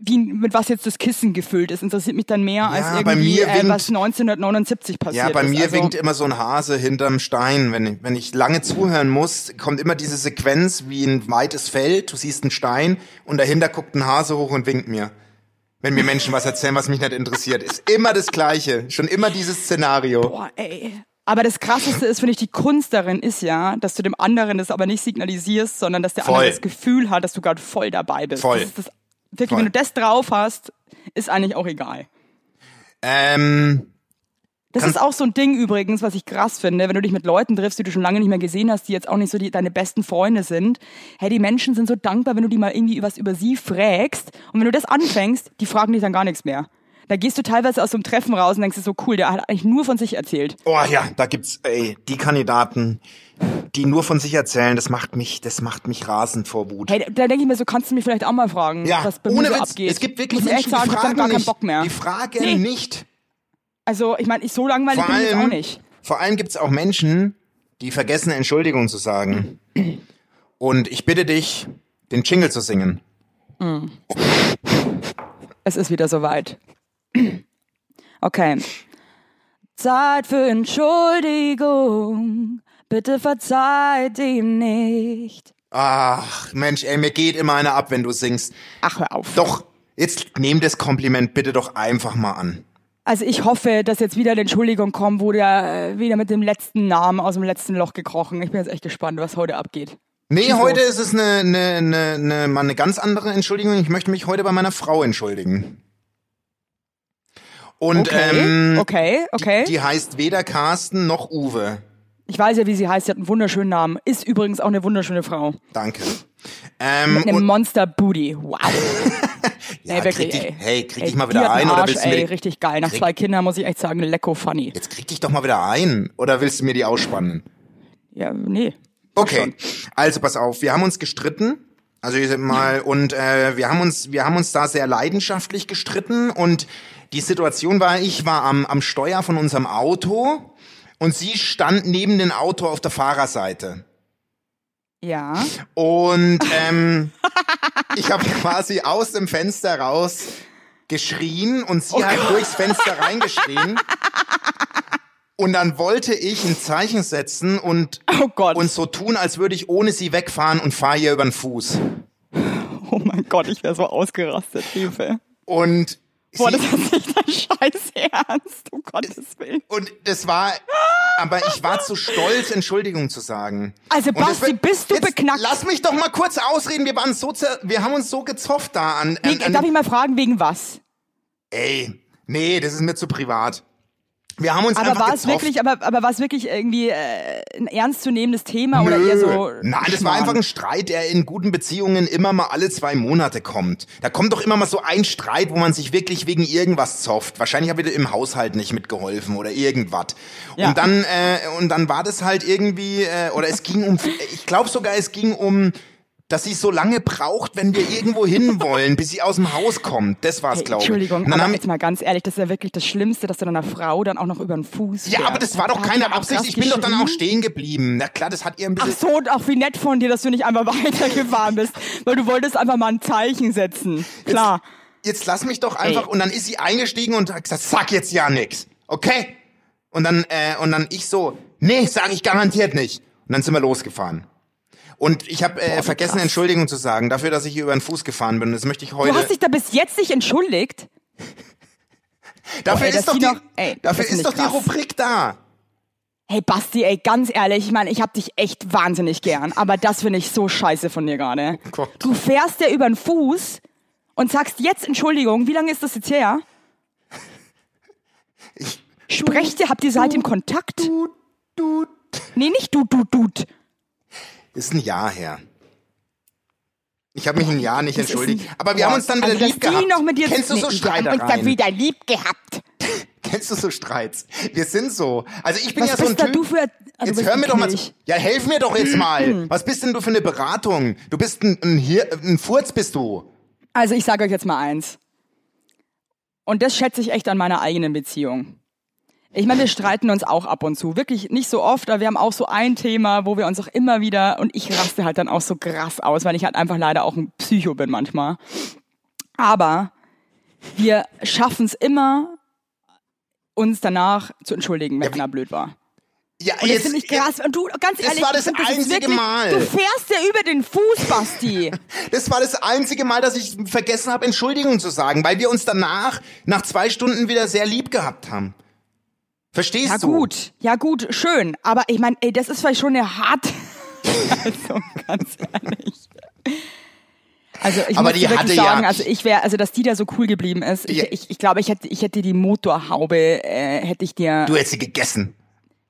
wie, mit was jetzt das Kissen gefüllt ist. Interessiert mich dann mehr als irgendwie, bei mir äh, was winkt- 1979 passiert Ja, bei ist. mir also, winkt immer so ein Hase hinterm Stein. Wenn, ich- wenn ich lange zuhören muss, kommt immer diese Sequenz wie ein weites Feld, du siehst einen Stein und dahinter guckt ein Hase hoch und winkt mir. Wenn mir Menschen was erzählen, was mich nicht interessiert. Ist immer das Gleiche. Schon immer dieses Szenario. Boah, ey. Aber das Krasseste ist, finde ich, die Kunst darin ist ja, dass du dem anderen das aber nicht signalisierst, sondern dass der Voll. andere das Gefühl hat, dass du gerade voll dabei bist. Voll. Das ist das, wirklich, Voll. wenn du das drauf hast, ist eigentlich auch egal. Ähm, Das Kann- ist auch so ein Ding übrigens, was ich krass finde, wenn du dich mit Leuten triffst, die du schon lange nicht mehr gesehen hast, die jetzt auch nicht so die, deine besten Freunde sind. Hey, die Menschen sind so dankbar, wenn du die mal irgendwie was über sie fragst. Und wenn du das anfängst, die fragen dich dann gar nichts mehr. Da gehst du teilweise aus so einem Treffen raus und denkst dir so, cool, der hat eigentlich nur von sich erzählt. oh ja, da gibt's, ey, die Kandidaten, die nur von sich erzählen, das macht mich, das macht mich rasend vor Wut. Hey, da denke ich mir so, kannst du mich vielleicht auch mal fragen, ja, was bei ohne mir so Witz. abgeht. Es gibt wirklich Muss ich Menschen, echt sagen, die ich hab fragen dann gar keinen nicht. Bock mehr. Die fragen Nee. nicht. Also, ich meine, ich so langweilig Vor bin ich jetzt auch allem- nicht. Vor allem gibt's auch Menschen, die vergessen, Entschuldigung zu sagen. Und ich bitte dich, den Jingle zu singen. Es ist wieder soweit. Okay. Zeit für Entschuldigung. Bitte verzeiht ihm nicht. Ach, Mensch, ey, mir geht immer einer ab, wenn du singst. Ach, hör auf. Doch, jetzt nehm das Kompliment bitte doch einfach mal an. Also ich hoffe, dass jetzt wieder eine Entschuldigung kommt, wo der äh, wieder mit dem letzten Namen aus dem letzten Loch gekrochen. Ich bin jetzt echt gespannt, was heute abgeht. Nee, Schieß heute los. ist es eine, eine, eine, eine, mal eine ganz andere Entschuldigung. Ich möchte mich heute bei meiner Frau entschuldigen. Und Okay, ähm, okay, okay. die heißt weder Carsten noch Uwe. ich weiß ja, wie sie heißt. Sie hat einen wunderschönen Namen. Ist übrigens auch eine wunderschöne Frau. Danke. Ähm, Eine Monster Booty. Wow. nee, Ja, krieg wirklich, dich, ey. hey, krieg Ey, dich mal die wieder hat einen ein Arsch, oder willst du mir ey, die, richtig geil. Nach krieg- zwei Kindern muss ich echt sagen, lecko funny. Jetzt krieg dich doch mal wieder ein oder willst du mir die ausspannen? Ja, nee. Okay. Also pass auf, wir haben uns gestritten. Also ich sag mal und äh, wir haben uns wir haben uns da sehr leidenschaftlich gestritten und die Situation war, ich war am am Steuer von unserem Auto und sie stand neben dem Auto auf der Fahrerseite. Ja. Und ähm, ich habe quasi aus dem Fenster raus geschrien und sie Oh hat durchs Fenster reingeschrien. Und dann wollte ich ein Zeichen setzen und, Oh Gott. und so tun, als würde ich ohne sie wegfahren und fahre ihr über den Fuß. oh mein Gott, ich wäre so ausgerastet, Hilfe. Und, Boah, sie, das ist nicht dein Scheiß Ernst, um Gottes Willen. und das war, aber ich war zu stolz, Entschuldigung zu sagen. Also, Und das Basti, wird- bist du jetzt beknackt? Lass mich doch mal kurz ausreden. Wir waren so, zer- wir haben uns so gezofft da an. an, Wie, an darf ich mal fragen, wegen was? Ey, nee, das ist mir zu privat. Wir haben uns Aber einfach war es gezofft. wirklich, aber, aber war es wirklich irgendwie äh, ein ernstzunehmendes Thema oder eher so? Nein, das war Schmarrn? einfach ein Streit, der in guten Beziehungen immer mal alle zwei Monate kommt. Da kommt doch immer mal so ein Streit, wo man sich wirklich wegen irgendwas zofft. Wahrscheinlich habe ich im Haushalt nicht mitgeholfen oder irgendwas. Ja. Und dann äh, und dann war das halt irgendwie äh, oder es ging um ich glaube sogar es ging um dass sie so lange braucht, wenn wir irgendwo hin wollen, bis sie aus dem Haus kommt. Das war's, Hey, glaube ich. Entschuldigung, Und dann aber haben- jetzt mal ganz ehrlich, das ist ja wirklich das Schlimmste, dass du deiner Frau dann auch noch über den Fuß Ja, fährst. aber das war doch Da hat die keine auch Absicht. krass Ich bin doch dann auch geschrien. stehen geblieben. Na klar, das hat ihr ein Ach bisschen. so, und auch wie nett von dir, dass du nicht einmal weitergefahren bist, weil du wolltest einfach mal ein Zeichen setzen. Klar. Jetzt lass mich doch einfach. Ey. Und dann ist sie eingestiegen und hat gesagt, sag jetzt ja nix. Okay? Und dann, äh, und dann ich so, nee, sag ich garantiert nicht. Und dann sind wir losgefahren. Und ich habe äh, vergessen, Entschuldigung zu sagen, dafür, dass ich hier über den Fuß gefahren bin. Das möchte ich heute. Du hast dich da bis jetzt nicht entschuldigt. dafür Boah, ey, ist dass doch die die, noch- ey, dafür das find ist ich doch krass. die Rubrik da. Hey Basti, ey, ganz ehrlich, ich meine, ich hab dich echt wahnsinnig gern, aber das finde ich so scheiße von dir gerade. Gott. Du fährst ja über den Fuß und sagst jetzt Entschuldigung, wie lange ist das jetzt her? Ich- Sprecht ihr, habt ihr seit dem Kontakt? Dut, dut. Nee, nicht du, du, du. Ist ein Jahr her. Ich habe mich ein Jahr nicht Das ist entschuldigt. ein- Aber wir haben uns dann wieder Also, dass lieb die gehabt. noch mit dir- Kennst du Nee, so wir haben Streitereien? uns dann wieder lieb gehabt. Kennst du so Streits? Wir sind so. Also ich bin Was ja so ein bist da Typ. du für ein- Ah, du jetzt bist Hm. hör ein mir doch mal zu. Knilch. Ja, helf mir doch jetzt mal. Was bist denn du für eine Beratung? Du bist ein, ein, Hir ein Furz bist du. Also ich sage euch jetzt mal eins. Und das schätze ich echt an meiner eigenen Beziehung. Ich meine, wir streiten uns auch ab und zu. Wirklich nicht so oft, aber wir haben auch so ein Thema, wo wir uns auch immer wieder, und ich raste halt dann auch so krass aus, weil ich halt einfach leider auch ein Psycho bin manchmal. Aber wir schaffen es immer, uns danach zu entschuldigen, wenn Ja, wie- einer blöd war. Ja, Und das finde ich krass. Und du, ganz Das ehrlich, war ich das find, ist einzige wirklich, Mal. Du fährst ja über den Fuß, Basti. Das war das einzige Mal, dass ich vergessen habe, Entschuldigung zu sagen, weil wir uns danach nach zwei Stunden wieder sehr lieb gehabt haben. Verstehst Ja du? gut, ja gut, schön. Aber ich meine, ey, das ist vielleicht schon eine harte Leistung, ganz ehrlich. Also ich Aber muss die dir wirklich hatte ja- sagen, also ich wäre, also dass die da so cool geblieben ist, ich, Ja. ich, ich glaube, ich hätte, ich hätte die Motorhaube, äh, hätte ich dir, Du hättest sie gegessen.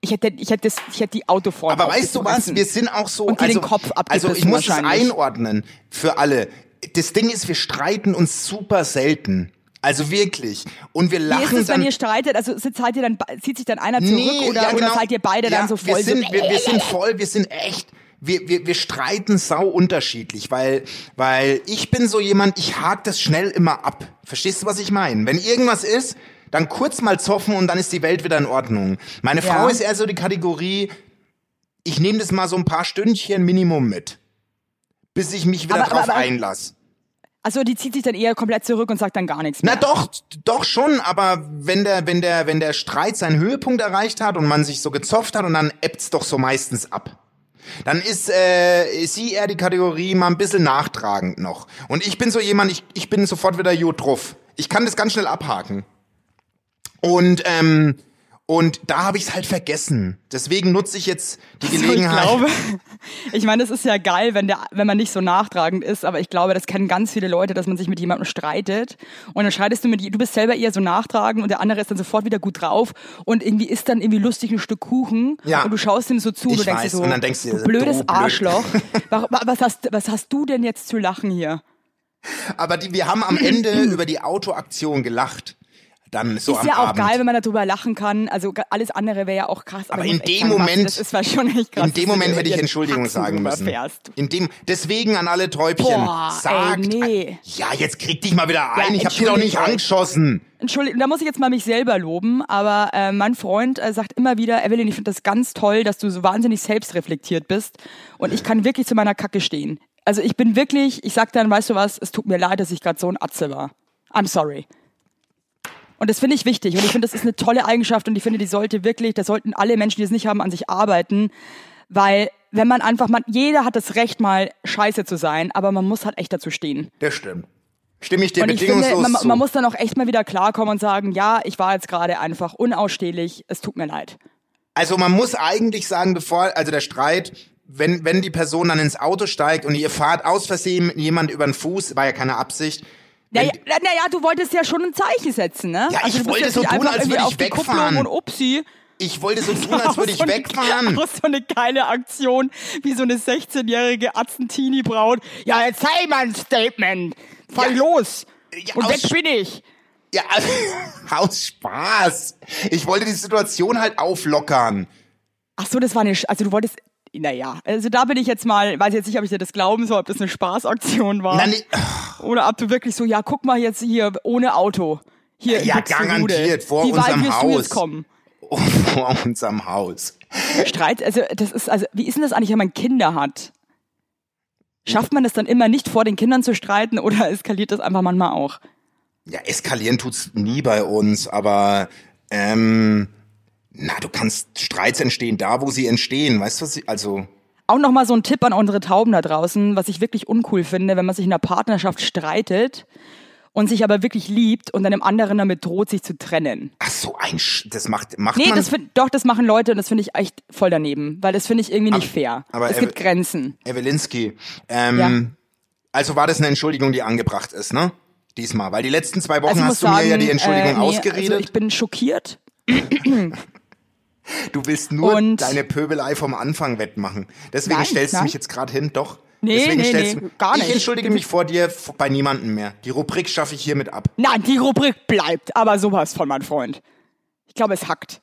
ich hätte, ich hätte, das, ich hätte die Autofahrt. Aber weißt du was? aufgefressen. Wir sind auch so. um Und dir den also, Kopf also ich abgebissen muss es wahrscheinlich. einordnen für alle. Das Ding ist, wir streiten uns super selten. Also wirklich. Und wir Wie lachen ist es, dann. wenn ihr streitet? Also sitzt halt ihr dann, zieht sich dann einer zurück Nee, oder, ja, oder genau. seid ihr beide ja, dann so voll Wir sind, so, wir, wir sind voll, wir sind echt. Wir, wir, wir streiten sau unterschiedlich, weil, weil ich bin so jemand, ich hake das schnell immer ab. Verstehst du, was ich meine? Wenn irgendwas ist, dann kurz mal zoffen und dann ist die Welt wieder in Ordnung. Meine Ja. Frau ist eher so die Kategorie, ich nehme das mal so ein paar Stündchen Minimum mit, bis ich mich wieder Aber- aber- drauf aber- einlasse. also die zieht sich dann eher komplett zurück und sagt dann gar nichts Na mehr. doch, doch schon, aber wenn der, wenn der, wenn der Streit seinen Höhepunkt erreicht hat und man sich so gezofft hat und dann ebbt's doch so meistens ab. Dann ist, äh, ist sie eher die Kategorie mal ein bisschen nachtragend noch. Und ich bin so jemand, ich, ich bin sofort wieder gut drauf. Ich kann das ganz schnell abhaken. Und, ähm, und da habe ich's halt vergessen. Deswegen nutze ich jetzt die Gelegenheit. Also Ich glaube, ich meine, es ist ja geil, wenn, der, wenn man nicht so nachtragend ist, aber ich glaube, das kennen ganz viele Leute, dass man sich mit jemandem streitet und dann streitest du mit, je- du bist selber eher so nachtragend und der andere ist dann sofort wieder gut drauf und irgendwie isst dann irgendwie lustig ein Stück Kuchen Ja. und du schaust ihm so zu Ich und du denkst weiß, dir so, und dann denkst du dir, du blödes du blöd. Arschloch, Wa- wa- was hast, was hast du denn jetzt zu lachen hier? Aber die, wir haben am Ende über die Autoaktion gelacht. Dann so Ist am ja auch Abend. geil, wenn man darüber lachen kann, also ga- alles andere wäre ja auch krass. Aber ich in muss echt dem sagen, Basti, Moment- das ist zwar schon echt krass, In dem dass du Moment über hätte ich ihren Entschuldigung Haxen sagen drüber müssen. fährst. In dem, deswegen an alle Träubchen, Boah, ey, sagt, nee. ja, jetzt krieg dich mal wieder ein, Ja, ich hab dich doch nicht entschuldigt euch. angeschossen. Entschuldigung, da muss ich jetzt mal mich selber loben, aber äh, mein Freund äh, sagt immer wieder, Evelyn, ich finde das ganz toll, dass du so wahnsinnig selbstreflektiert bist und ich kann wirklich zu meiner Kacke stehen. Also ich bin wirklich, ich sag dann, weißt du was, es tut mir leid, dass ich gerade so ein Atze war. I'm sorry. Und das finde ich wichtig und ich finde, das ist eine tolle Eigenschaft und ich finde, die sollte wirklich, das sollten alle Menschen, die es nicht haben, an sich arbeiten, weil wenn man einfach, man, jeder hat das Recht mal scheiße zu sein, aber man muss halt echt dazu stehen. Das stimmt. Stimme ich dir Und ich bedingungslos finde, man, zu. man muss dann auch echt mal wieder klarkommen und sagen, ja, ich war jetzt gerade einfach unausstehlich, es tut mir leid. also man muss eigentlich sagen, bevor, also der Streit, wenn, wenn die Person dann ins Auto steigt und ihr fahrt aus Versehen mit jemand über den Fuß, war ja keine Absicht. Naja, Wenn- naja, du wolltest ja schon ein Zeichen setzen, ne? Ja, ich also, du bist wollte jetzt so nicht tun, einfach als irgendwie würde ich auf die wegfahren. Kupplung und upsi. Ich wollte so tun, als würde Auch so ich eine- wegfahren. Auch so eine geile Aktion, wie so eine 16-jährige Atzentini-Braut. Ja, jetzt sei mal ein Statement. Fahr Ja. los. Ja, und aus- weg bin ich. Ja, also, aus Spaß. Ich wollte die Situation halt auflockern. Ach so, das war eine, Sch- also du wolltest, naja, also da bin ich jetzt mal, weiß jetzt nicht, ob ich dir das glauben soll, ob das eine Spaßaktion war. Nein, nee, Oder ob du wirklich so, ja, guck mal jetzt hier ohne Auto. Hier in Ja, Buxtehude. garantiert, vor Wie unserem weit wirst du Haus. jetzt kommen? vor unserem Haus. Streit, also das ist, also wie ist denn das eigentlich, wenn man Kinder hat? Schafft man es dann immer nicht vor den Kindern zu streiten oder eskaliert das einfach manchmal auch? Ja, eskalieren tut's nie bei uns, aber ähm, na, du kannst Streits entstehen da, wo sie entstehen, weißt du was? Ich, also Auch nochmal so ein Tipp an unsere Tauben da draußen, was ich wirklich uncool finde, wenn man sich in einer Partnerschaft streitet und sich aber wirklich liebt und dann dem anderen damit droht, sich zu trennen. ach so ein, Sch das macht macht Nee, man. das find, doch, das machen Leute und das finde ich echt voll daneben, weil das finde ich irgendwie nicht fair. aber es gibt Ev- Grenzen. Evelinski. Ähm, Also war das eine Entschuldigung, die angebracht ist, ne? Diesmal, weil die letzten zwei Wochen Also ich muss hast du sagen, mir ja die Entschuldigung äh, nee, ausgeredet. Also ich bin schockiert. du willst nur und- deine Pöbelei vom Anfang wettmachen. Deswegen Nein, stellst du nein. mich jetzt gerade hin, doch. Nee, Deswegen nee, stellst nee, du- gar Ich nicht. entschuldige mich vor dir f- bei niemandem mehr. Die Rubrik schaffe ich hiermit ab. Nein, die Rubrik bleibt, aber sowas von, mein Freund. Ich glaube, es hackt.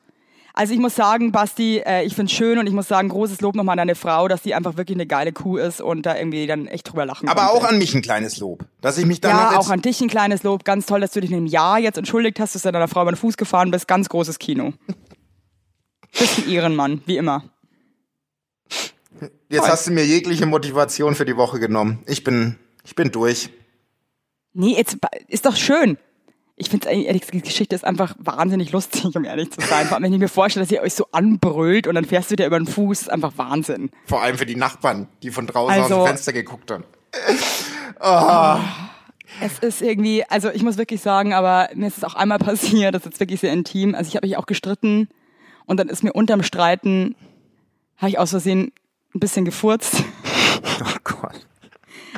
Also ich muss sagen, Basti, äh, ich find's schön und ich muss sagen, großes Lob nochmal an deine Frau, dass die einfach wirklich eine geile Kuh ist und da irgendwie dann echt drüber lachen Aber konnte. auch an mich ein kleines Lob, dass ich mich danach Ja, jetzt auch an dich ein kleines Lob. Ganz toll, dass du dich in einem Jahr jetzt entschuldigt hast, dass du deiner Frau über den Fuß gefahren bist. Ganz großes Kino. Bist ein Ehrenmann, wie immer. Jetzt hast du mir jegliche Motivation für die Woche genommen. Ich bin, ich bin durch. Nee, jetzt ist doch schön. Ich finde ehrlich gesagt, die Geschichte ist einfach wahnsinnig lustig, um ehrlich zu sein. Vor allem, wenn ich mir vorstelle, dass ihr euch so anbrüllt und dann fährst du dir über den Fuß, ist einfach Wahnsinn. Vor allem für die Nachbarn, die von draußen Also- aus dem Fenster geguckt haben. Es ist irgendwie, also ich muss wirklich sagen, aber mir ist es auch einmal passiert, das ist jetzt wirklich sehr intim. Also ich habe mich auch gestritten und dann ist mir unterm Streiten, habe ich aus Versehen ein bisschen gefurzt. Oh Gott.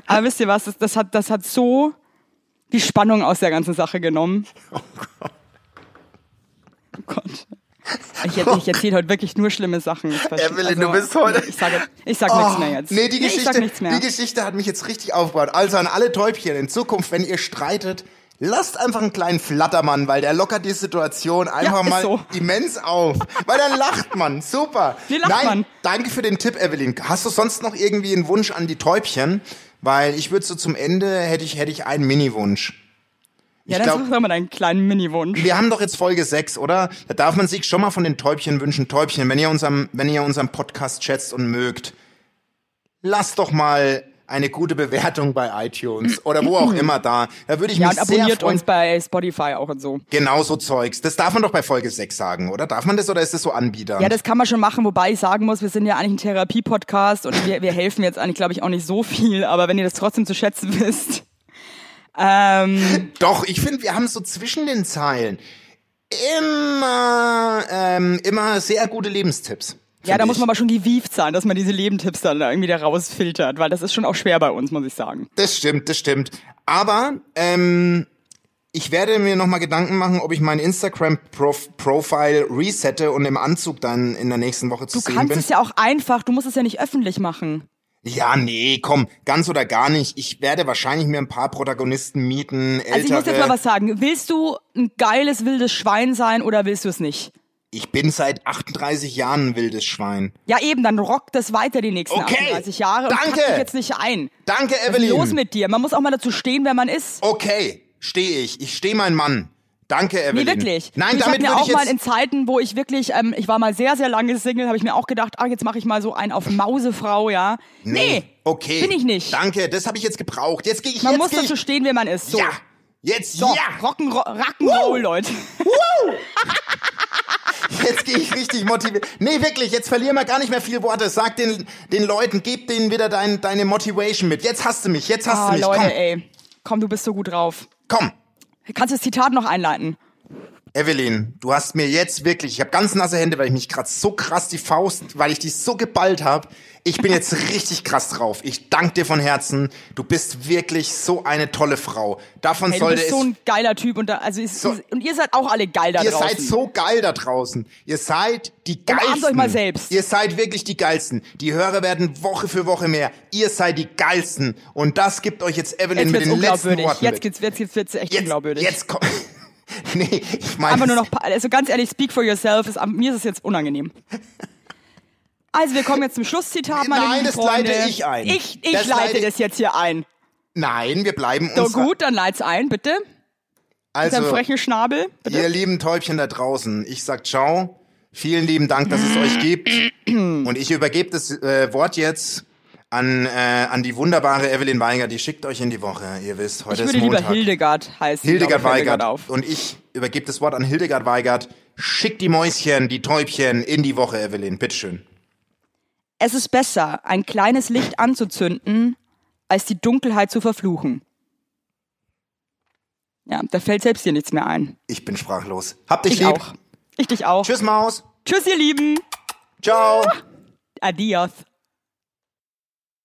Aber wisst ihr was, das, das, hat, das hat so die Spannung aus der ganzen Sache genommen. Oh Gott. Ich, hätte- ich erzähle heute wirklich nur schlimme Sachen. Ich verstehe- also, Evelyn, du bist heute- Ich sage, ich sag nichts mehr jetzt. Oh, Nee, die ich Geschichte, sag nichts mehr. die Geschichte hat mich jetzt richtig aufgebaut. Also an alle Täubchen in Zukunft, wenn ihr streitet, lasst einfach einen kleinen Flattermann, weil der lockert die Situation einfach ist mal so. immens auf. Weil dann lacht man. Super. Wie lacht Nein, man? danke für den Tipp, Evelyn. Hast du sonst noch irgendwie einen Wunsch an die Täubchen? Weil ich würde so zum Ende, hätte ich, hätte ich einen Mini-Wunsch. ich ja, dann glaub- sag doch mal deinen kleinen Mini-Wunsch. Wir haben doch jetzt Folge 6, oder? Da darf man sich schon mal von den Täubchen wünschen. Täubchen, wenn ihr unserem, wenn ihr unseren Podcast schätzt und mögt, lasst doch mal eine gute Bewertung bei iTunes oder wo auch immer da. Da würde ich Ja, mich und sehr abonniert freuen. uns bei Spotify auch und so. genau so Zeugs. Das darf man doch bei Folge 6 sagen, oder? Darf man das oder ist das so Anbieter? Ja, das kann man schon machen, wobei ich sagen muss, wir sind ja eigentlich ein Therapie-Podcast und wir, wir helfen jetzt eigentlich, glaube ich, auch nicht so viel, aber wenn ihr das trotzdem zu schätzen wisst. Ähm, doch, ich finde, wir haben so zwischen den Zeilen immer, ähm, immer sehr gute Lebenstipps. Ja, find da muss ich. man aber schon gewieft sein, dass man diese Lebentipps dann da irgendwie da rausfiltert, weil das ist schon auch schwer bei uns, muss ich sagen. Das stimmt, das stimmt. Aber ähm, ich werde mir nochmal Gedanken machen, ob ich mein Instagram-Profile resette und im Anzug dann in der nächsten Woche zu Du sehen kannst bin. es ja auch einfach, du musst es ja nicht öffentlich machen. ja, nee, komm, ganz oder gar nicht. Ich werde wahrscheinlich mir ein paar Protagonisten mieten, ältere. Also ich muss jetzt mal was sagen. Willst du ein geiles, wildes Schwein sein oder willst du es nicht? Ich bin seit 38 Jahren ein wildes Schwein. Ja eben, dann rockt das weiter die nächsten Okay. 38 Jahre und Danke. pack dich jetzt nicht ein. Danke, Was ist Evelyn. los mit dir? Man muss auch mal dazu stehen, wer man ist. Okay, stehe ich. Ich stehe mein Mann. Danke, Evelyn. Nee, wirklich. Nein, damit ich hab würde mir auch ich jetzt... mal in Zeiten, wo ich wirklich, ähm, ich war mal sehr, sehr lange Single, habe ich mir auch gedacht, ah, jetzt mache ich mal so einen auf Mausefrau, ja. Nee, okay. bin ich nicht. Danke, das habe ich jetzt gebraucht. Jetzt gehe ich Man jetzt muss geh dazu ich, stehen, wer man ist. So. Ja. Jetzt So, ja. Rock'n'Roll, Rock'n'Roll, Leute. Jetzt gehe ich richtig motiviert. Nee, wirklich, jetzt verlieren wir gar nicht mehr viel Worte. Sag den, den Leuten, gib denen wieder dein, deine Motivation mit. Jetzt hast du mich, jetzt hast Ah, du mich. Leute, ey. Komm, du bist so gut drauf. komm, komm. Kannst du das Zitat noch einleiten? Evelyn, du hast mir jetzt wirklich, ich habe ganz nasse Hände, weil ich mich gerade so krass die Faust, weil ich die so geballt habe. Ich bin jetzt richtig krass drauf. Ich danke dir von Herzen. Du bist wirklich so eine tolle Frau. Davon Hey, du sollte bist es so ein geiler Typ und, da, also ist, So- ist, und ihr seid auch alle geil da Ihr draußen. seid so geil da draußen. Ihr seid die Umarmt geilsten. euch mal selbst. Ihr seid wirklich die geilsten. Die Hörer werden Woche für Woche mehr. Ihr seid die geilsten. Und das gibt euch jetzt Evelyn jetzt mit wird's den letzten unglaubwürdig. Worten. Jetzt mit. geht's, jetzt geht's, jetzt echt jetzt, unglaubwürdig. Jetzt kommt. nee, ich meine. Einfach nur noch, pa- also ganz ehrlich, speak for yourself. Ist, am- mir ist es jetzt unangenehm. Also, wir kommen jetzt zum Schlusszitat, meine Nein, lieben das Freunde. leite ich ein. Ich, ich Das leite leite- das jetzt hier ein. Nein, wir bleiben So uns. gut, dann leit's ein, bitte. Mit Also, deinem frechen Schnabel, bitte. ihr lieben Täubchen da draußen, ich sag ciao. Vielen lieben Dank, dass es euch gibt. Und ich übergebe das äh, Wort jetzt an, äh, an die wunderbare Evelyn Weiger. Die schickt euch in die Woche. Ihr wisst, heute Ich würde ist lieber Montag. Hildegard heißen. Hildegard glaube ich, Weigert. auf. Und ich übergebe das Wort an Hildegard Weigert. Schick die Mäuschen, die Täubchen in die Woche, Evelyn. Bitteschön. Es ist besser, ein kleines Licht anzuzünden, als die Dunkelheit zu verfluchen. Ja, da fällt selbst dir nichts mehr ein. Ich bin sprachlos. Hab dich Ich lieb. auch. Ich dich auch. Tschüss, Maus. Tschüss ihr Lieben. Ciao. Adios.